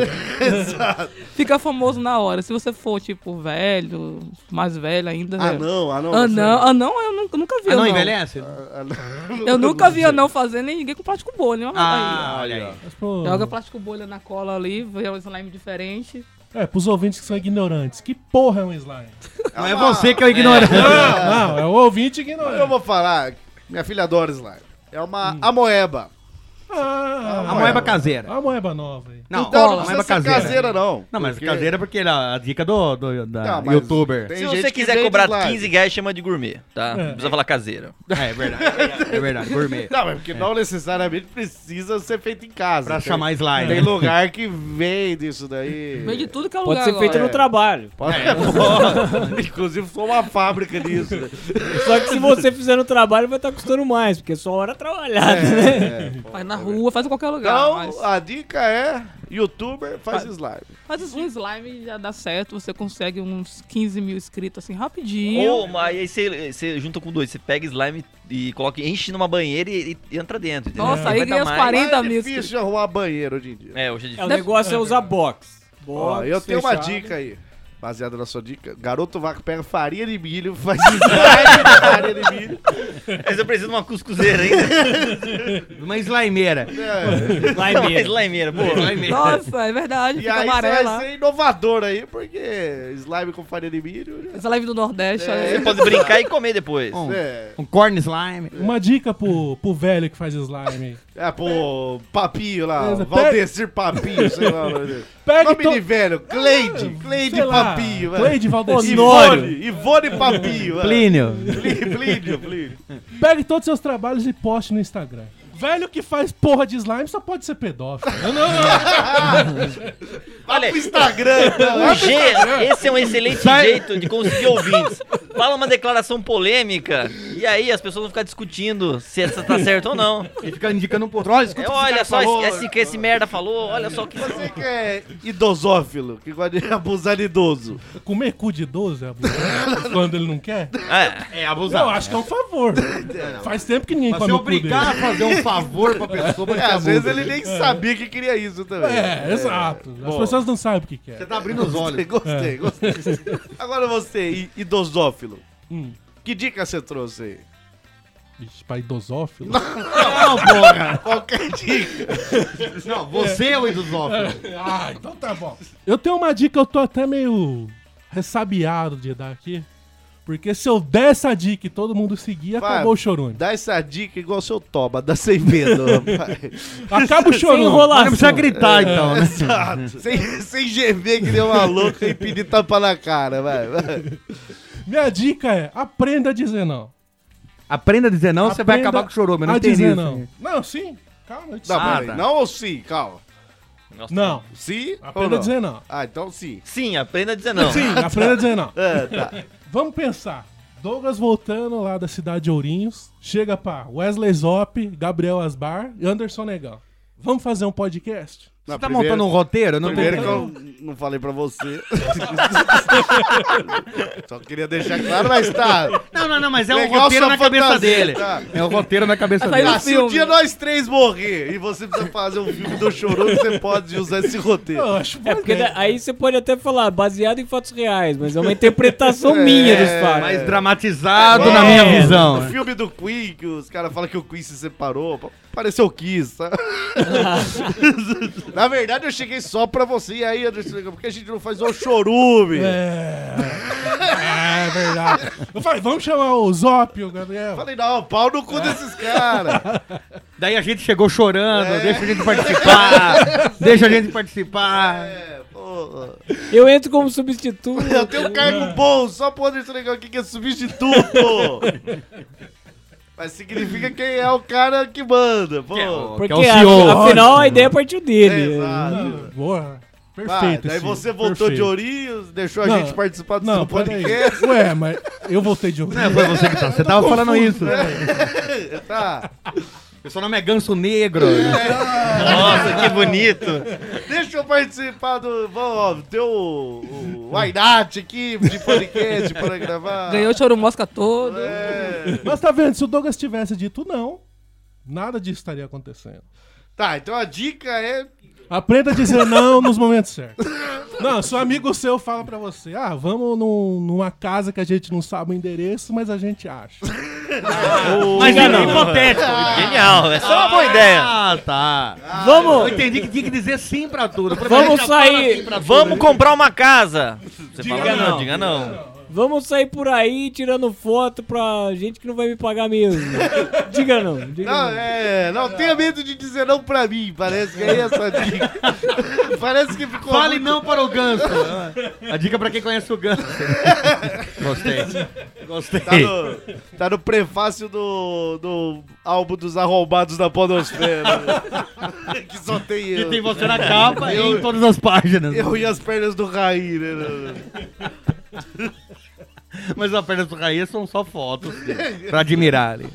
Fica famoso na hora. Se você for, tipo, velho, mais velho ainda. Ah, né? não, ah, não. Ah, não, ah, não, eu nunca, nunca vi. Ah, não anão. envelhece? Ah, não. Eu nunca vi anão fazer nem ninguém com plástico bolha. Ah, olha aí. Mas, pô, Aí, joga plástico bolha na cola ali, vê um slime diferente. É, pros ouvintes que são ignorantes. Que porra é um slime? Não é você que é o ignorante. Não, é o ouvinte Eu ignorante. vou falar, minha filha adora slime. É uma Hum. amoeba. Ah, A moeba caseira. a moeba nova aí. Não, Então não a precisa moeba ser caseira, caseira. não. Não, mas porque- caseira é porque ele- a dica do, do da Não, mas youtuber. tem Se gente você que quiser vende cobrar slime. 15 reais, chama de gourmet, tá? Não precisa falar caseira. É, é verdade. É verdade, gourmet. Não, é porque não necessariamente precisa ser feito em casa. Pra Tem- chamar slime. Tem lugar que vende isso daí. Vem de tudo É, que é lugar Pode ser feito agora. no trabalho. Pode- Pô, Inclusive, foi uma fábrica disso. Só que se você fizer no trabalho, vai estar custando mais, porque é só hora trabalhada, É. né? Faz na rua, faz em qualquer lugar. mas Então, a dica é: youtuber faz slime. faz um slime já dá certo, você consegue uns 15 mil inscritos assim rapidinho. Ou, mas aí você, você junta com dois, você pega slime e coloca, enche numa banheira e, e entra dentro. entendeu? Nossa, aí Vai dar ganha uns mais. 40 É mil inscritos. difícil arrumar banheiro hoje em dia. É, hoje é É, o difícil. negócio é usar box. Ó, Box eu tenho uma fechado. dica aí. Baseada na sua dica, garoto vaca pega farinha de milho, faz slime com farinha de milho. Mas eu preciso de uma cuscuzeira ainda. Uma slimeira. Lá em Não, uma Minas. slimeira, pô. Nossa, é verdade, E fica aí você amarela. vai ser inovador aí, porque slime com farinha de milho. né? Essa live do Nordeste, Você olha aí. pode brincar e comer depois. Um, É, um corn slime. Uma dica pro, pro velho que faz slime aí. é pô, papinho lá, Beleza, Valdecir Papinho, sei lá o nome dele. Pega Nome to- de velho, Cleide, Cleide sei lá, Papinho, velho. Cleide Valdeci. Ivone, Ivone Papinho, velho. Plínio. Plínio, Plínio, Plínio. Pegue todos os seus trabalhos e poste no Instagram. Velho que faz porra de slime só pode ser pedófilo. Eu não- Olha, O Instagram, não, o G, esse é um excelente jeito de conseguir ouvintes. Fala uma declaração polêmica E aí as pessoas vão ficar discutindo se essa tá certa ou não. Ele fica indicando um poltrão, olha, escuta É, o que esse olha cara só, falou. esse, que esse merda falou, olha só o que. Você que é idosófilo, que gosta de abusar de idoso. Comer cu de idoso é abusado, quando ele não quer? É, É Eu abusado. acho que é um favor. Faz tempo que ninguém Mas se come o cu dele. obrigar a fazer um favor pra pessoa, pra É, ficar às vezes muda. ele nem sabia que queria isso também. É, exato. As Bom. pessoas não sabem o que que é. Você tá abrindo os Gostei, olhos. gostei, gostei. É. Agora você, i- idosófilo, Hum. que dica você trouxe aí? Vixe, pra idosófilo. Não, porra. Qualquer dica. Não, você é o idosófilo. Ah, então tá bom. Eu tenho uma dica, eu tô até meio ressabiado de dar aqui. Porque se eu der essa dica e todo mundo seguir, Vai. acabou o chorume. Dá essa dica igual seu toba, dá sem medo, rapaz. Acaba o chorume. Mas não precisa gritar, então, né? Exato. Sem, sem gemer que nem uma louca e pedir tapa na cara, vai. vai. Minha dica é, aprenda a dizer não. Aprenda a dizer não, você vai Aprenda acabar com o choroma. Não a tem dizer isso. não. Não, sim. Calma, eu te Não, explico. peraí. Não ou sim, calma. Nossa, Não, Sim ou aprenda não? a dizer não. Ah, então sim. Sim, aprenda a dizer não. Sim, aprenda a dizer não. É, Ah, tá. Vamos pensar. Douglas voltando lá da cidade de Ourinhos, chega pra Wesley Zop, Gabriel Asbar e Anderson Negão. Vamos fazer um podcast? Não, Você tá primeiro- montando um roteiro? Eu Não Primeiro tem... que eu não falei pra você. Só queria deixar claro, mas tá. Não, não, não, mas é um Legal roteiro sua na cabeça fantasia, dele. tá? É um roteiro na cabeça Saiu dele. Ah, se um filme. dia nós três morrer e você precisa fazer um filme do Chorão, você pode usar esse roteiro. Eu acho É, boa porque ideia. da- aí você pode até falar, baseado em fatos reais, mas é uma interpretação É, minha dos fatos. Mais dramatizado É, Ah, na minha é, visão. O filme do Queen, que os caras falam que o Queen se separou, pa- pareceu o Kiss, tá? Na verdade, eu cheguei só pra você e aí, Anderson, porque a gente não faz o chorume. É. É verdade. Eu falei, vamos chamar o Zop, o Gabriel. Falei, não, pau no cu desses caras. Daí a gente chegou chorando, É. deixa a gente participar, deixa a gente participar. É, pô. Eu entro como substituto. Eu tenho um cargo bom, só pro Anderson Negão aqui que é substituto. Mas significa quem é o cara que manda, pô. Porque Que é o CEO. a- afinal a ideia partiu dele. Exato. Boa. Vai, né? Perfeito. daí esse- você voltou de perfeito. Ourinhos, deixou a Não, gente participar do Não, seu peraí. podcast. Ué, mas eu voltei de É. Não, Ourinhos. foi você que tá. Você tava falando isso. Tá. Meu seu nome é Ganso Negro. Nossa, que bonito. Deixa eu participar do. Vamos, ó, tem o, o Wainat aqui de podcast para gravar. Ganhou o choro mosca todo. É. Mas tá vendo, se o Douglas tivesse dito não, nada disso estaria acontecendo. Tá, então a dica é. Aprenda a dizer não nos momentos certos. Não, seu amigo seu fala pra você: ah, vamos num- numa casa que a gente não sabe o endereço, mas a gente acha. Tá. Mas é hipotético. Genial, é só uma boa ideia. Ah, tá. Eu Vamos, entendi que tinha que dizer sim pra tudo. Eu falei, Vamos mas ele já sair. fala sim pra tudo. Vamos comprar uma casa. Você fala não, não. diga não. vamos sair por aí tirando foto pra gente que não vai me pagar mesmo. Diga não, diga Não, não. é. Não tenha medo de dizer não pra mim. Parece que é essa a dica. Parece que ficou. Fale muito- não para o Ganso. A dica pra quem conhece o Ganso. Gostei. Gostei. Tá no, tá no prefácio do, do álbum dos arrombados da Podosfera. que só tem E eu. tem você na capa e em todas as páginas. Eu e as pernas do Raí, né? Mas as pernas do Raí são só fotos dele, pra admirar ali.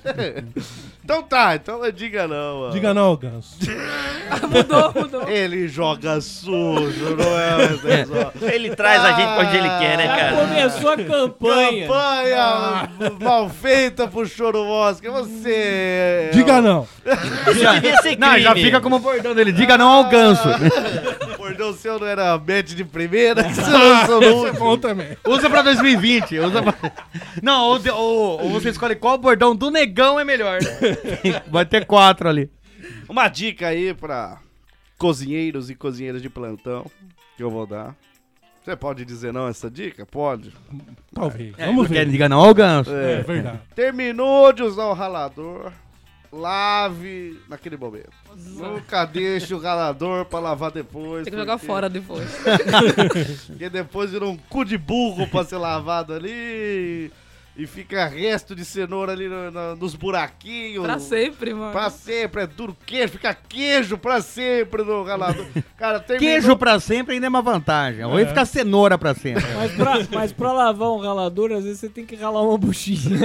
Então tá, então diga não, mano. Diga não, Ganso. Tá Mudou, mudou. Ele joga sujo, não é? Anderson? Ele traz a gente pra onde ele quer, Ah, né, Já cara? começou a campanha. Campanha mal feita pro Choro Oscar. Você. é Diga não. Isso devia ser Não, já crime. fica como bordão dele. Diga não ao Ganso. O Bordão seu não era match de primeira? Você lançou no Isso é bom também. Usa pra 2020. Usa pra... Não, ou, de- ou- ou você escolhe qual bordão do negão é melhor. Vai ter quatro ali. Uma dica aí pra cozinheiros e cozinheiras de plantão que eu vou dar. Você pode dizer não essa dica? Pode. Talvez. Vamos Quer ver. diga não ao Ganso. É verdade. Terminou de usar o ralador, lave naquele momento. Nunca deixe o ralador pra lavar depois. Tem que jogar porque- fora depois. Porque depois virou um cu de burro pra ser lavado ali. E E fica resto de cenoura ali no- no- nos buraquinhos. Pra sempre, mano. Pra sempre, é duro queijo, fica queijo pra sempre no ralador. Cara, terminou... Queijo pra sempre ainda é uma vantagem. Ou ia ficar cenoura pra sempre. Mas pra, mas pra lavar um ralador, às vezes você tem que ralar uma buchinha.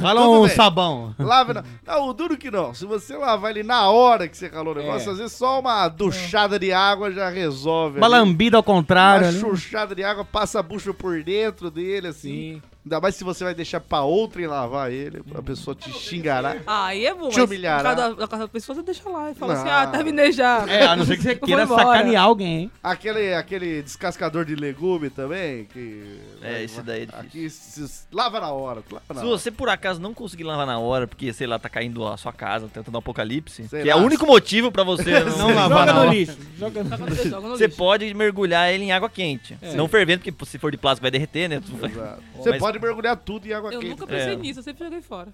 Fala Tudo um bem. sabão. Lave na... Não, o duro que não. Se você lavar ele na hora que você calou o negócio, às vezes só uma duchada de água já resolve. Uma ali. lambida ao contrário. Uma né? chuchada de água, passa a bucha por dentro dele, assim. Ainda mais se você vai deixar pra outrem lavar ele, a pessoa te xingará. Aí é bom. Te humilhar, Mas por né? causa da- por causa da pessoa, você deixa lá e fala Não. assim, ah, terminei já. É, a não ser que você Vou queira embora. sacanear alguém, hein? Aquele, aquele descascador de legume também, que... É, esse daí é difícil. Aqui, se- se- lava na hora, lava na Se hora. você por acaso não conseguir lavar na hora, porque, sei lá, tá caindo a sua casa, tentando um apocalipse, Sei que lá. é o único motivo pra você não, Não lavar Joga na no hora. lixo. Joga no Tá quando você joga no Você lixo. pode mergulhar ele em água quente. Não fervendo, porque se for de plástico vai derreter, né? Exato. Você Mas- pode mergulhar tudo em água Eu quente. nunca pensei É. nisso, eu sempre joguei fora.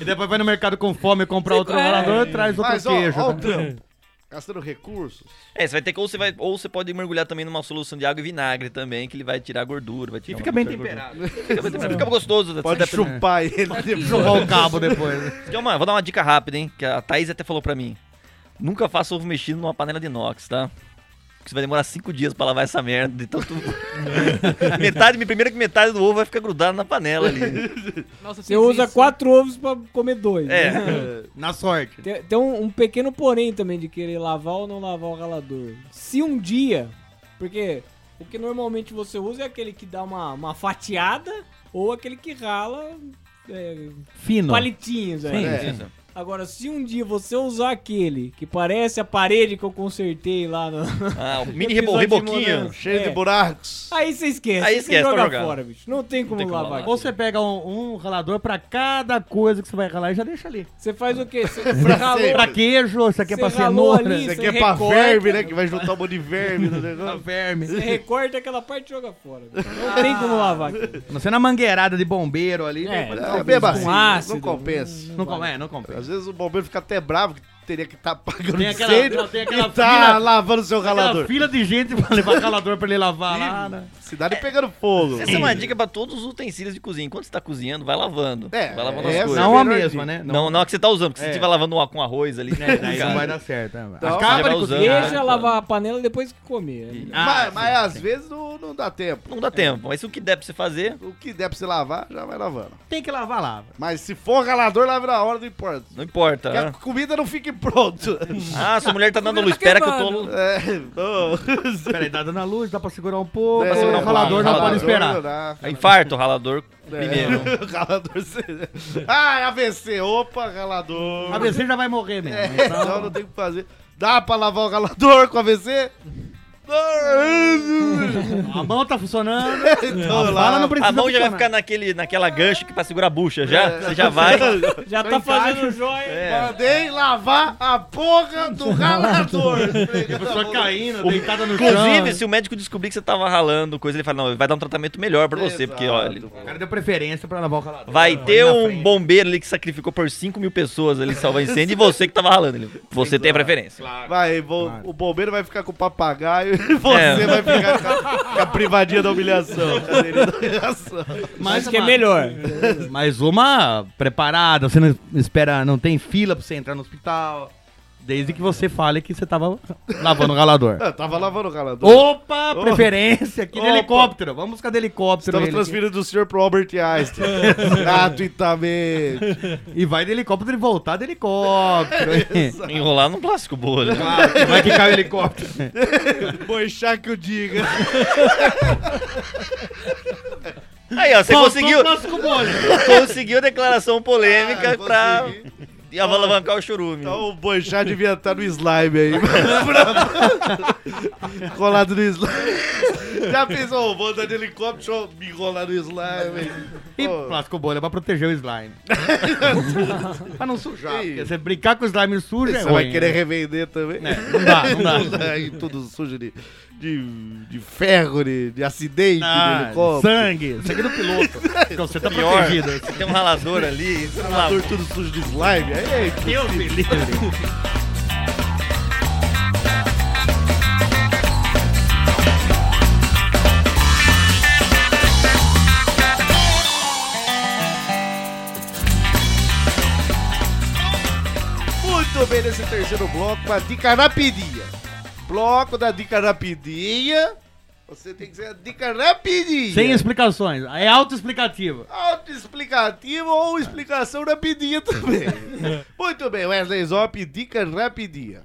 E depois vai no mercado com fome comprar outro É. ralador e traz outro Mas, ó, queijo. ó o né? trampo. Gastando recursos. É, você vai ter que, ou você, vai, ou você pode mergulhar também numa solução de água e vinagre também, que ele vai tirar a gordura, vai tirar uma parte da gordura. Fica bem temperado. Fica gostoso. tá Pode Você dá- chupar ele. Chupar o cabo depois. né? Então, mano, vou dar uma dica rápida, hein? Que a Thaís até falou pra mim. Nunca faça ovo mexido numa panela de inox, tá? Porque você vai demorar cinco dias pra lavar essa merda. De tanto... metade, primeiro que metade do ovo vai ficar grudado na panela ali. Nossa, Você eu fiz usa isso. quatro ovos pra comer dois. né? É. Na sorte. Tem, tem um, um pequeno porém também de querer lavar ou não lavar o ralador. Se um dia, porque o que normalmente você usa é aquele que dá uma, uma fatiada ou aquele que rala é, Fino. palitinhos. aí. É. Agora, se um dia você usar aquele que parece a parede que eu consertei lá no. Ah, o mini Episódio rebo- de reboquinho. Monanza. Cheio de É. buracos. Aí você esquece. Aí você esquece, joga tá jogado. fora, bicho. Não tem como tem como lavar. lavar. Ou você pega um, um ralador pra cada coisa que você vai ralar e já deixa ali. Você faz o quê? Você, você ralou. sempre. Pra queijo, isso aqui é Você pra ralou cenoura. ali, isso Isso aqui aqui Você é pra recorta. verme, né? Que vai juntar um monte de verme no é pra negócio. verme. Você recorta aquela parte e joga fora. bicho. Ah. Não tem como lavar aquilo. Não sendo a mangueirada de bombeiro ali. É, né? É, mesmo assim, não ácido. compensa. Não, com- é, não compensa. Às vezes o bombeiro fica até bravo que teria que estar pagando Tem aquela- incêndio tem e aquela tá fila- lavando seu Aquela ralador. fila de gente pra levar ralador pra ele lavar lá. né? Cidade pegando fogo. Essa é uma dica pra todos os utensílios de cozinha. Enquanto você tá cozinhando, vai lavando. É, vai lavando é, as coisas. Não a melhor dica. mesma, né? Não, não, é que você tá usando, porque É. se você estiver lavando uma com arroz ali, né, É, daí não vai dar certo. Né? Então, já Acaba vai de cozinhar. usando. Deixa tá. Ah, lavar a panela depois que comer. Ah, mas mas às vezes não, não dá tempo. Não dá tempo, mas o que der pra você fazer, O que der pra você lavar, já vai lavando. Tem que lavar, lava. Mas se for ralador, lave na hora, não importa. não importa. Que a É. né? comida não fique pronta. Ah, sua mulher tá dando luz, Tá espera que eu queimando. tô É, não. Peraí, tá dando a luz, dá pra segurar um pouco. É, o ralador não pode esperar. não dá. É Infarto, ralador mineiro. É, ralador. você- Ah, AVC. Opa, ralador. A BC já vai morrer mesmo. É, então não tem o que fazer. Dá pra lavar o ralador com AVC? Não. A mão tá funcionando. então, a lá- bala não É. precisa A mão já vai funcionar. ficar naquele, naquela gancho que é pra segurar a bucha já. Você já vai. Já tá fazendo É. joia. é. Mandei lavar a porra do ralador. A Tá pessoa tá caindo, deitada no chão. Inclusive, se o médico descobrir que você tava ralando coisa, ele fala, não, ele vai dar um tratamento melhor pra você, porque, ó, ele- O cara deu preferência pra lavar o ralador. Vai ter na um frente. bombeiro ali que sacrificou por 5 mil pessoas ali salvar incêndio e você que tava ralando. Ele, você tem a preferência. Vai, vou- o bombeiro vai ficar com o papagaio e você É. vai ficar com a, com a privadinha da humilhação. cadeirinha da humilhação. Mas Acho que é melhor. Mais uma preparada, você não espera, não tem fila pra você entrar no hospital. Desde que você fale que você tava lavando o ralador. Ah, Eu tava lavando o ralador. Opa, preferência aqui de Opa. helicóptero. Vamos buscar de helicóptero. Estamos ele. transferindo o senhor pro Albert Einstein. Gratuitamente. E vai de helicóptero e voltar de helicóptero. Enrolar num plástico bolha. vai que cai o helicóptero. Boixá que eu diga. Aí, ó, você conseguiu, Plástico bolha. conseguiu declaração Ah, polêmica pra Consegui. e alavancar o churume. Então o Boixá devia estar no slime aí. Pra- Colado no slime. Já pensou, vou andar de helicóptero, deixa eu me enrolar no slime. E Pô. plástico bolha pra proteger o slime. pra não sujar. Ih. Porque você brincar com o slime sujo é Você ruim. vai querer né? revender também? Não dá, não dá. Aí tudo sujo de, de, de ferro, de, de acidente, de Ah, helicóptero. sangue, sangue do piloto. Então você tá Pior, protegido. tem um ralador ali, você não lava. Dor tudo sujo de slime. Aí, Deus me livre. Thank Muito bem nesse terceiro bloco com a dica rapidinha. Bloco da dica rapidinha. Você tem que ser a dica rapidinha. Sem explicações. É autoexplicativa. Autoexplicativo ou explicação rapidinha também. Muito bem, Wesley Zop, dica rapidinha.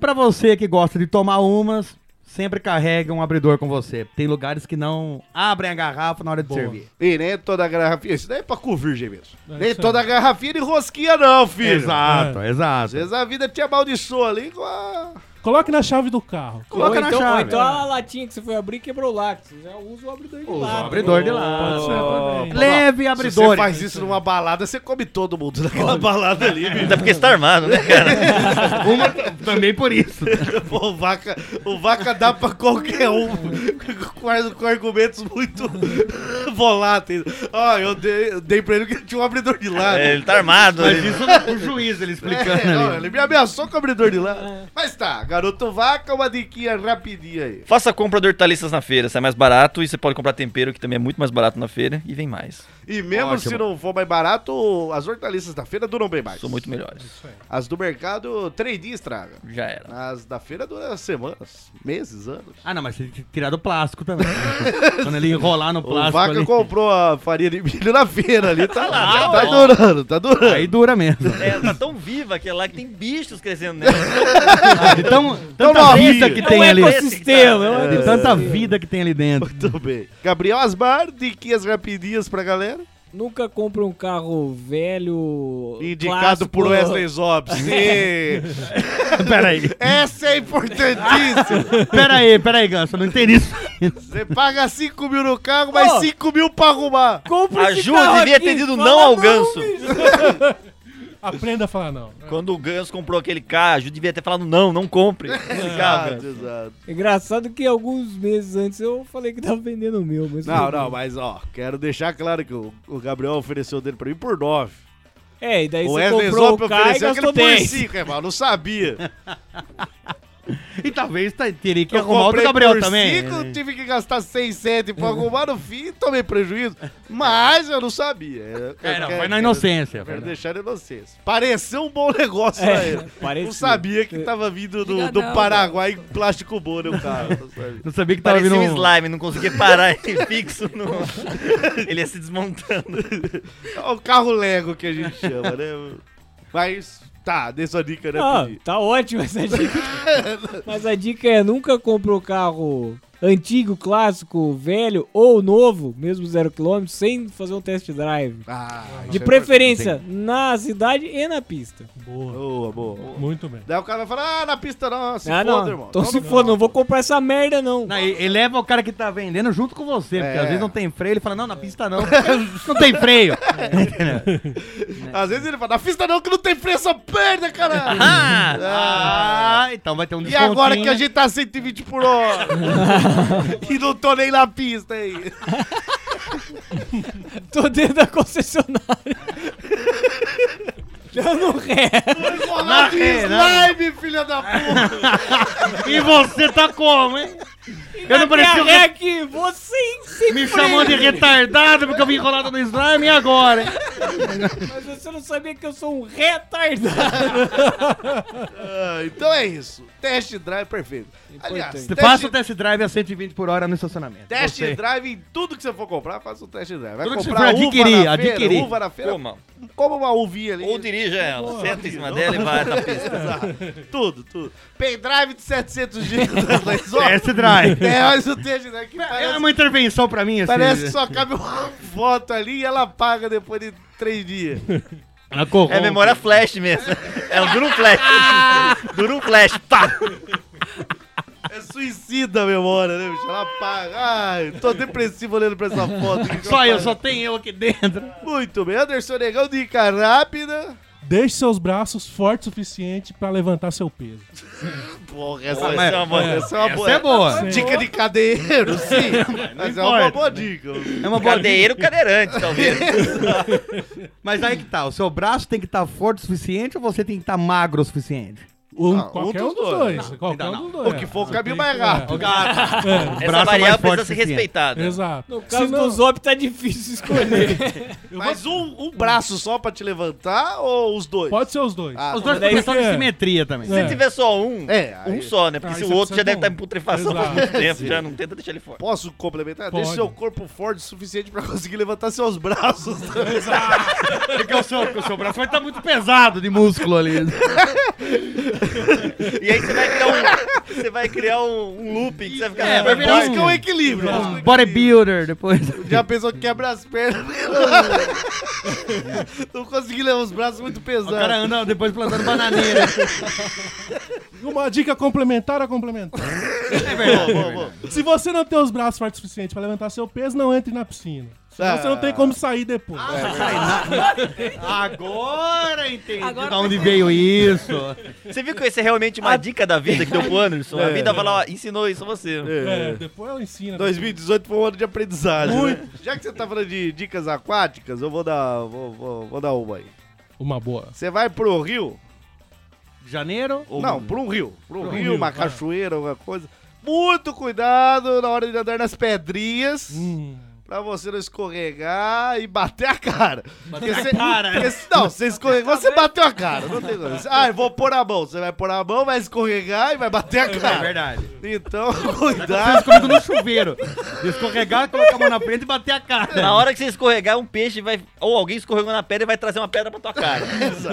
Pra você que gosta de tomar umas, sempre carrega um abridor com você. Tem lugares que não abrem a garrafa na hora de servir. E nem toda garrafinha, isso daí é É, pra cu virgem mesmo. nem isso aí. toda garrafinha de rosquinha não, filho. Exato, exato. Às vezes a vida te amaldiçoou ali com a... Coloque na chave do carro. Coloca ou na então, chave. ou então a latinha que você foi abrir quebrou o lápis. Já usa o abridor de O lata. abridor de Pode ser lá. também. Leve Se você abridor. faz isso numa balada, você come todo mundo naquela balada ali, bicho. Até porque está armado, né, cara? Uma também por isso. Pô, o vaca, o vaca dá pra qualquer um, com, ar- com argumentos muito voláteis. Ó, eu dei, eu dei pra ele que tinha um abridor de lado. É, ele tá armado. Mas Ele... isso o juiz ele explicando. É, ó, ali. ele me ameaçou com o abridor de lado. Mas tá, garoto vaca, uma diquinha rapidinha aí. Faça a compra de hortaliças na feira, sai mais barato. E você pode comprar tempero, que também é muito mais barato na feira. E vem mais. E mesmo Ótimo. se não for mais barato, as hortaliças da feira duram bem mais. São muito melhores. As do mercado, três dias estraga. Já era. As da feira duram semanas, meses, anos. Ah, não, mas tem que tirar do plástico também. né? Quando ele enrolar no O plástico. Vaca ali, comprou a farinha de milho na feira ali, tá lá, Ah, tá ó. durando, tá durando. Aí dura mesmo. É, tá tão viva aquela lá que tem bichos crescendo né? nela. Então, Então, tanta novinho. vida que É um tem ali. ecossistema, é um De tanta vida que tem ali dentro. Muito bem. Gabriel Asmar, diquinhas rapidinhas pra galera. Nunca compra um carro velho. Indicado clássico. por Wesley Zobs. Sim. Peraí. Essa é importantíssima. Peraí, peraí, Ganso, eu não entendi isso. Você paga 5 mil no carro, mais Pô. 5 mil pra arrumar. Compra A esse Ju carro devia aqui, ter dito fala não ao ganso. Aprenda a falar não. Quando o ganso comprou aquele carro, a Ju devia ter falado não, não compre. Esse carro, Exato, Ganso. exato. Engraçado que alguns meses antes eu falei que tava vendendo o meu, mas. Não, não, mas ó, quero deixar claro que o, o Gabriel ofereceu dele pra mim por 9. É, e daí O você Wesley comprou Zop o carro e ofereceu aquele gastou por 10. 5, irmão. Não sabia. E talvez tá- teria que Eu arrumar outro comprei Gabriel por também. né? Cinco, tive que gastar 600 pra arrumar no fim, tomei prejuízo. Mas eu não sabia. Eu- É, eu quero- não, foi na quero- inocência. Quero foi na- deixar na inocência. Pareceu um bom negócio pra É, ele. parecia. Não sabia que tava vindo do, Diga do não, Paraguai em plástico bolha o carro. não sabia. Não sabia que tava Parecia vindo um um... slime, não conseguia parar ele fixo no. Ele ia se desmontando. É o carro Lego que a gente chama, né? Mas tá, dê sua dica, né, Ah, Pedi? tá ótimo essa dica. Mas a dica é nunca compra o carro antigo, clássico, velho ou novo, mesmo zero quilômetro, sem fazer um test drive. Ah, isso De é preferência na cidade e na pista. Boa. Boa, boa. Muito bem. Daí o cara vai falar, ah, na pista não, se ah, foda, não. irmão. Então Toma- se for, não vou comprar essa merda, não. Não, e, e leva o cara que tá vendendo junto com você, porque É. às vezes não tem freio, ele fala, não, na pista não, não tem freio. Às vezes ele fala, na pista não, que não tem freio, essa perda, caralho. Ah, então vai ter um E agora que a descontinho. né? gente tá 120 por hora? e não tô nem na pista aí. Tô dentro da concessionária. Dando um ré. Na ré, É, né? slime, filha da puta. E você tá como, hein? Eu não parecia um Carrega aqui, É você em si Me chamou de retardado porque eu vim enrolado no slime e agora? hein? Mas você não sabia que eu sou um retardado. Ah, então é isso. Test drive perfeito. Aliás, Importante. test, Faça o test drive a 120 por hora no estacionamento. test Você. drive em tudo que você for comprar, faça o test drive. Vai Tudo que você comprar for adquirir, uva na feira, adquirir. uva na feira, Coma. coma uma uvinha ali. Ou dirija ela, senta em cima dela e vai na pista. tudo, tudo. Pendrive de 700 GB. Mas, ó, Test drive. É, mas o test drive que É parece, uma intervenção pra mim, assim. parece que só cabe uma foto ali e ela paga depois de três dias. Ela Ah, corrompe. É memória flash mesmo. Ela dura um flash. Dura um flash. Pá! É suicida a memória, né, bicho? Ela apaga. Ai, tô depressivo olhando pra essa foto. aqui que Só eu, apaguei. só tem eu aqui dentro. Muito bem, Anderson Negão, dica rápida. Deixe seus braços fortes o suficiente pra levantar seu peso. Porra, essa, Pô, mas- essa é uma boa. Essa é boa. Dica de cadeiro, sim. Mas é uma importa. boa dica. É uma boa Cadeiro cadeirante, então. talvez. tá Mas aí que tá, o seu braço tem que estar forte o suficiente ou você tem que estar tá magro o suficiente? Um, Ah, qualquer um um dos dos, dois. dois. Não, Qualquer ainda um dos não. dois. O que for, Você caminho tem mais que- rápico. é, Essa mais variável forte precisa que ser tinha. respeitada. Exato. No caso Se não- dos op tá difícil escolher. Mas um, um braço só pra te levantar ou os dois? Pode ser os dois. Ah, Os dois Daí- têm questão de É. simetria também. Se tiver só um, É, aí- um só, né? Porque Aí se o você outro já precisa de deve um. estar em putrefação há Exato. um. muito tempo, já não tenta deixar ele fora. Posso complementar? Pode. Deixa seu corpo forte o suficiente pra conseguir levantar seus braços. Porque o seu, o seu braço vai estar muito pesado de músculo ali. E aí você vai criar um, você vai criar um, um looping que você vai ficar. É, vai virar Busca um equilíbrio. busca um Um equilíbrio. bodybuilder depois. Já pensou que quebra as pernas? Não consegui levar os braços muito O cara pesados. anda depois plantando bananeira. Uma dica complementar a complementar. Boa, boa. Se você não tem os braços fortes o suficiente pra levantar seu peso, não entre na piscina. Senão Ah. você não tem como sair depois. Agora entendi Agora- de onde veio um isso. Você viu que isso é realmente uma dica da vida que deu pro Anderson? A vida vai lá, ó, ensinou isso a você. É, depois ela ensina. 2018 foi um ano de aprendizagem. né? Já que você tá falando de dicas aquáticas, eu vou dar, vou, vou- vou dar uma aí. Uma boa. Você vai pro rio? Janeiro? Não, pro um rio. Pro, rio, rio, uma ah. cachoeira, alguma coisa. Muito cuidado na hora de andar nas pedrinhas. Hum. Pra você não escorregar e bater a cara. Bater a cara. Porque, se- não, você escorregou, você bateu a cara. Não tem coisa. Ah, eu vou pôr a mão. Você vai pôr a mão, vai escorregar e vai bater a É cara. verdade. Então, Tá cuidado. escorrendo no chuveiro. De Escorregar, colocar a mão na frente e bater a cara. Na hora que você escorregar, um peixe vai. Ou alguém escorregou na pedra e vai trazer uma pedra pra tua cara.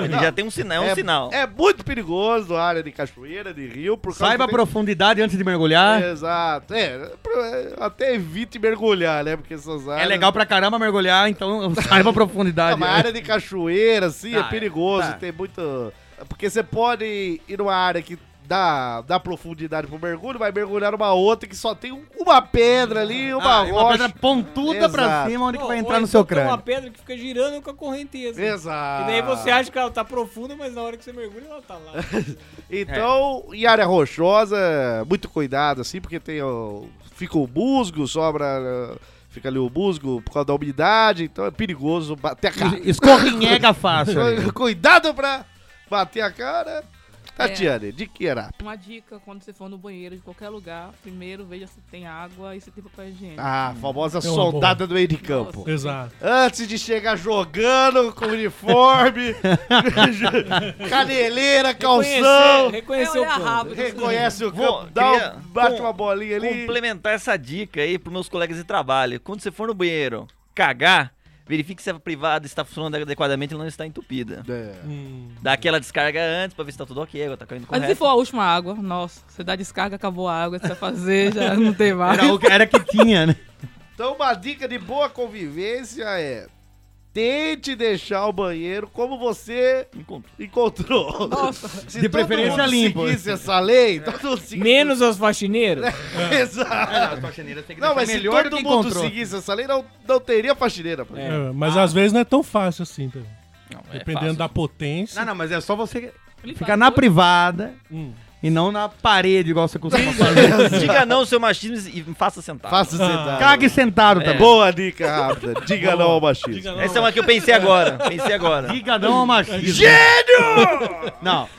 Ele já tem um sinal, é um sinal. É muito perigoso a área de cachoeira, de rio. Por causa Saiba a que tem- profundidade antes de mergulhar. Exato. É, pro- é, até evite mergulhar, né? Porque essas É áreas... legal pra caramba mergulhar, então saiba a Não, profundidade. mas área de cachoeira, assim, Tá, é perigoso, tá. tem muito. Porque você pode ir numa área que dá, dá profundidade pro mergulho, vai mergulhar numa outra que só tem um- uma pedra ali, uma Ah, e uma pedra rocha. pontuda pra Exato. cima, onde que vai Ou- entrar ou no então seu tem crânio. uma pedra que fica girando com a correnteza. Exato. E daí você acha que ela tá profunda, mas na hora que você mergulha, ela tá lá. Então, em área rochosa, muito cuidado, assim, porque tem o. Fica o musgo, sobra. Fica ali o musgo por causa da umidade, então é perigoso bater a cara. Escorrinhega fácil. ali. Cuidado pra bater a cara. É. Tatiane, de que era? Uma dica, quando você for no banheiro de qualquer lugar, primeiro veja se tem água e se tem papel higiênico. Ah, a famosa É uma soldada do meio de campo. Nossa. Exato. Antes de chegar jogando com uniforme, caneleira, calção, Reconhecer, reconhecer É, o olhar plano. rápido. reconhece o Vou- campo, dá um- queria- bate com- um uma bolinha ali. Complementar essa dica aí pros meus colegas de trabalho. Quando você for no banheiro cagar, verifique se a privada está funcionando adequadamente e não está entupida. É. Hum. Dá aquela descarga antes pra ver se tá tudo ok, agora tá caindo Mas correto. se for a última água, nossa, você dá descarga, acabou a água, você vai fazer, já não tem mais. Era, o que- era que tinha, né? Então uma dica de boa convivência é tente deixar o banheiro como você Encontrou. encontrou. Nossa. Se De preferência todo mundo limpo. seguisse essa lei, todo mundo seguisse... Menos as faxineiras? Exato. Não, mas se todo mundo seguisse essa lei, não, não teria faxineira. por exemplo. É, mas às vezes não é tão fácil assim também. Não, é Dependendo fácil. da potência. Não, não, mas é só você Ele ficar faz na dois- privada Hum. e não na parede, igual você costuma fazer. Diga não ao seu machismo e faça sentar. Faça sentado. É. Cague sentado também. Boa dica rápida. Diga não ao machismo. Essa é uma que eu pensei agora. Pensei agora. Diga não ao machismo. Gênio! Não.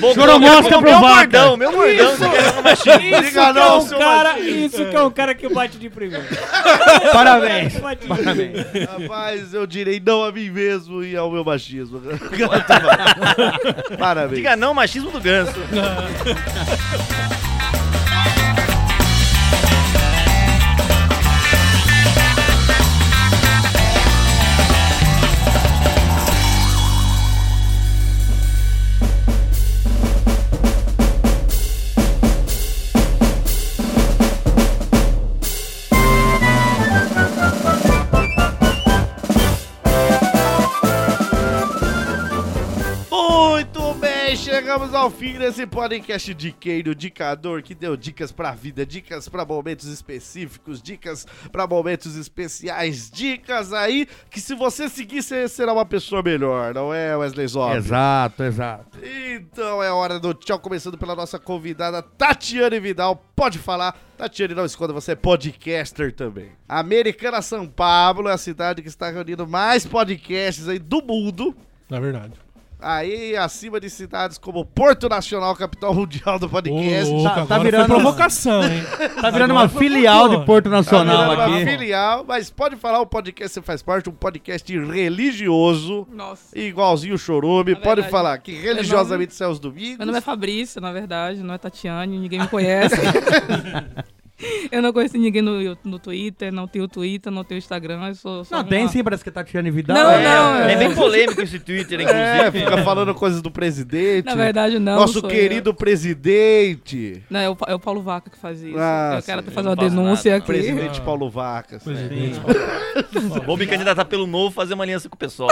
Vou Choromosca colocar- pro meu vaca. bordão, meu bordão. Isso que Diga é não ao um seu cara, isso que é um cara que bate de primeiro. Parabéns. Que bate de Parabéns. Rapaz, eu direi não a mim mesmo e ao meu machismo. Gato, não. Parabéns. Diga não ao machismo do ganso. Muito bem, chegamos ao fim desse podcast diqueiro, dicador, que deu dicas pra vida, dicas pra momentos específicos, dicas pra momentos especiais, dicas aí que se você seguir, você será uma pessoa melhor, não é, Wesley Zop? Exato, exato. Então é hora do tchau, começando pela nossa convidada Tatiane Vidal. Pode falar. Tatiane, não esconda, você é podcaster também. Americana São Paulo é a cidade que está reunindo mais podcasts aí do mundo. Na verdade. Aí, acima de cidades como Porto Nacional, capital mundial do podcast. Ô, louco, tá agora virando- foi provocação, hein? Tá virando Agora uma foi filial de boa. Porto Tá Nacional virando uma aqui. filial, mas pode falar, o podcast você faz parte, um podcast religioso, Nossa. igualzinho o Chorume. Na pode É verdade, falar, que religiosamente sai aos domingos. Meu nome é Fabrício, na verdade, não é Tatiane, ninguém me conhece. eu não conheço ninguém no, no Twitter, não tenho Twitter, não tenho Instagram, eu sou só Não, uma- tem sim, parece que é Tatiane Vidal. Não, É. não, É bem polêmico esse Twitter, É, inclusive. fica falando coisas do presidente. Na verdade, não. Nosso sou querido eu. presidente. Não, é o, Pa- é o Paulo Vaca que faz isso. Ah, eu quero sim. fazer uma Não faço denúncia nada, não. aqui. Presidente Paulo Vacas. né? é. Presidente. Vou me candidatar pelo novo fazer uma aliança com o pessoal.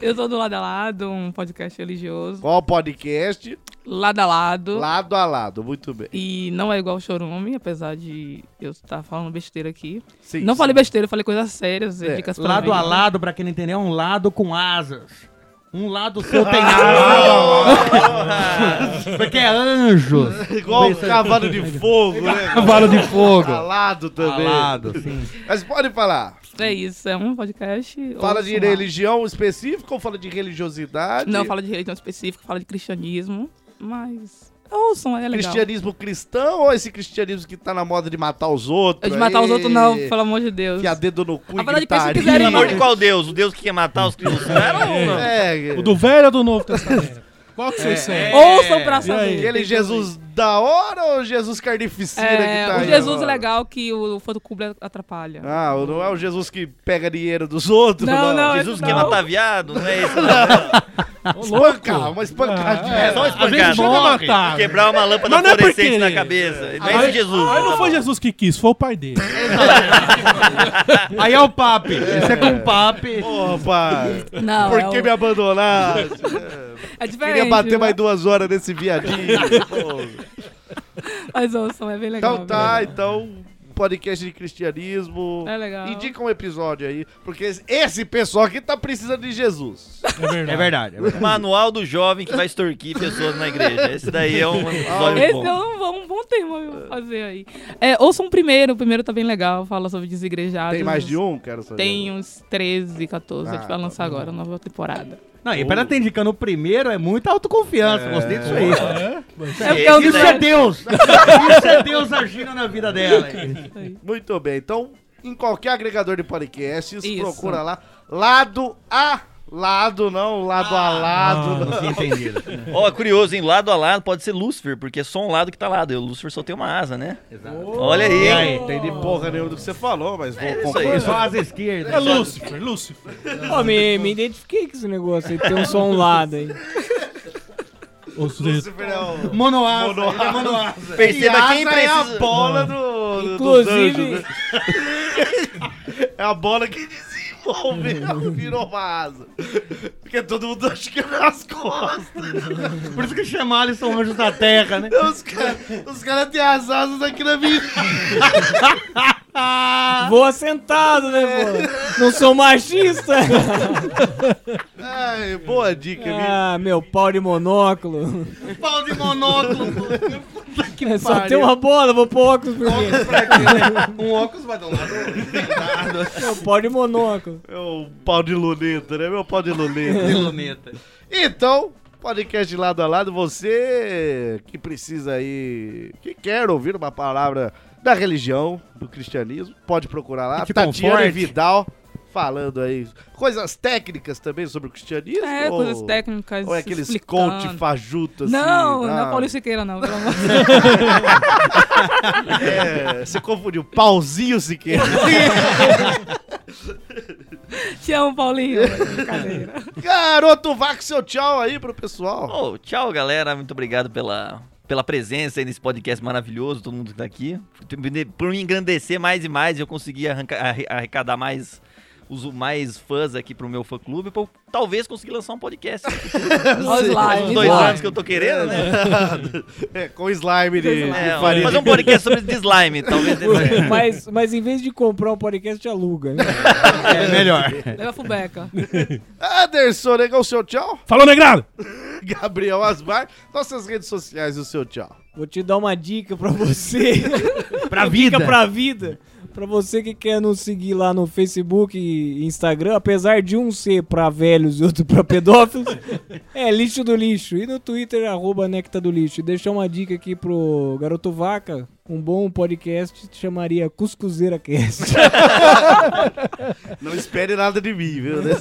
Eu sou do Lado a Lado, um podcast religioso. Qual podcast? Lado a Lado. Lado a lado, muito bem. E não é igual o Chorume, apesar de eu estar falando besteira aqui. Sim, não sim. falei besteira, eu falei coisas sérias, É, dicas pra Lado mim. a lado, pra quem não entendeu, é um lado com asas. Um lado seu tem asas. Porque é anjo. Igual o cavalo de fogo, né? Cavalo de fogo. Alado também. Alado, sim. Mas pode falar. É isso, é um podcast. Fala ouçam de lá. religião específica ou fala de religiosidade? Não, fala de religião específica, fala de cristianismo, mas. Ouçam, é legal. Cristianismo cristão ou esse cristianismo que tá na moda de matar os outros? Eu de matar os aí, outros, não, pelo amor de Deus. é. Que a dedo no cu A e verdade é que se gritaria. quiserem Pelo amor de Não. qual Deus? O Deus que quer matar os cristãos? Era um, não? É, O do Velho ou do Novo Testamento? Qual que vocês É. seguem? Ouçam pra aí? saber. Aquele é. Jesus da hora ou Jesus carnificina É, que tá o aí Jesus agora? legal que o fotocubra atrapalha. Ah, não é o Jesus que pega dinheiro dos outros, Não, não. não, Jesus esse quer não. matar viado? Não é isso, não. Espancar, uma espancada de Ah, É só uma Às vezes espancada. não é matar. Quebrar uma lâmpada Mas não é porque- fluorescente na cabeça. Não é esse Aí, Jesus. aí não tá foi bom. Jesus que quis, foi o pai dele. Aí é o papi. Isso é com papi. Ô, pai, Não, por é, que o- me abandonaste? é diferente. Queria bater né? mais duas horas nesse viadinho. Pô. Mas ouçam, é bem legal. então tá, viu? então, podcast de cristianismo. É legal. Indica um episódio aí, porque esse- esse pessoal aqui tá precisando de Jesus. É verdade. é verdade. Manual do jovem que vai extorquir pessoas na igreja. Esse daí é um episódio Esse bom. é um bom, um bom tema eu fazer aí. É, ouçam o primeiro, o primeiro tá bem legal, fala sobre desigrejados. Tem mais de um, quero saber. Tem uns 13, 14, a gente Ah, vai lançar agora, a nova temporada. Não, e pra ela ter indicando o primeiro é muita autoconfiança. Gostei disso aí. É porque é um dos Isso é Deus. Isso é Deus agindo na vida dela. Muito bem, então, em qualquer agregador de podcasts, Isso. procura lá, lado a lado, não lado Ah. a lado. não tinha entendido. Ó, curioso, hein? Lado a lado pode ser Lúcifer, porque é só um lado que tá lado. E o Lúcifer só tem uma asa, né? Olha aí. E hein? É aí? Ah. Não entendi porra nenhuma do que você falou, mas vou É isso concordar. aí. Só as esquerdas. É Lúcifer, Lúcifer. Ó, me, me identifiquei com esse negócio aí, tem um só um lado aí. Os- Lúcifer é o- Monoasa. ele é monoasa. Perceba quem E asa é a precisa. bola do, do- dos anjos, Inclusive, né? É a bola que desenvolveu, virou uma asa. Porque todo mundo acha que é nas costas. Por isso que chamaram eles são anjos da terra, né? Os caras os cara têm as asas aqui na minha. né? voa sentado, né, pô? Não sou machista. Ai, boa dica, viu? É. Ah, meu pau de monóculo. Pau de monóculo. Que é só tem uma bola, vou pôr óculos primeiro. Um óculos vai dar um lado. Meu pau de monóculo. É o pau de luneta, né? Meu pau de luneta. Luneta. então, podcast lado a lado, você que precisa aí, que quer ouvir uma palavra da religião, do cristianismo, pode procurar lá. E que Tatiana conforte. Vidal falando aí coisas técnicas também sobre o cristianismo. É, ou- coisas técnicas. Ou é aqueles explicando. coach fajuto assim. Não, não ah, é Paulo Siqueira, não, pelo amor de Deus. é, você confundiu pauzinho Siqueira. Te amo, Paulinho. Brincadeira. Garoto Vax, seu tchau aí pro pessoal. Ô, tchau, galera. Muito obrigado pela, pela presença aí nesse podcast maravilhoso, todo mundo que tá aqui. Por me engrandecer mais e mais, eu consegui arranca- arre- arrecadar mais os mais fãs aqui pro meu fã clube, pra eu talvez conseguir lançar um podcast. Olha os Faz uns lives. dois lá. anos que eu tô querendo, né? É, com slime de, de É, farinha fazer um podcast sobre deslime, talvez. Mas, mas em vez de comprar um podcast, te aluga, né? É melhor. Leva a Fubeca. Anderson, negão, seu tchau. Falou, negrado! Gabriel Asmar, nossas redes sociais, o seu tchau. Vou te dar uma dica pra você. Pra Dica vida. pra vida. Pra você que quer nos seguir lá no Facebook e Instagram, apesar de um ser pra velhos e outro pra pedófilos, é lixo do lixo. E no Twitter, arroba Necta do Lixo. E deixar uma dica aqui pro Garoto Vaca, um bom podcast chamaria Cuscuzeira Cast. Não espere nada de mim, viu?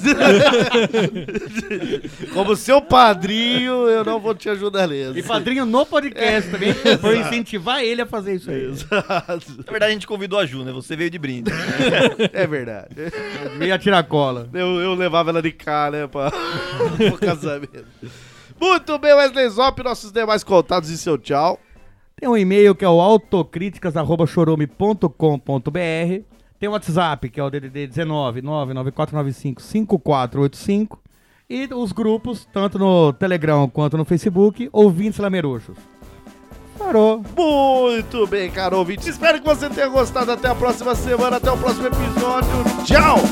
Como seu padrinho, eu não vou te ajudar nessa. E padrinho no podcast também, pra eu incentivar ele a fazer É. isso aí. Exato. Na verdade, a gente convidou a Ju, né? Você veio de brinde. É verdade. Meia tiracola. Eu, eu levava ela de cá, né, pra, pro casamento. Muito bem, Wesley Zop, nossos demais contatos e seu tchau. Tem um e-mail que é o autocríticas.chorome.com.br. Tem o WhatsApp, que é o DDD 19 99495 5485. E os grupos, tanto no Telegram quanto no Facebook, ouvintes lameruxos. Parou. Muito bem, caro ouvinte. Espero que você tenha gostado. Até a próxima semana, até o próximo episódio. Tchau!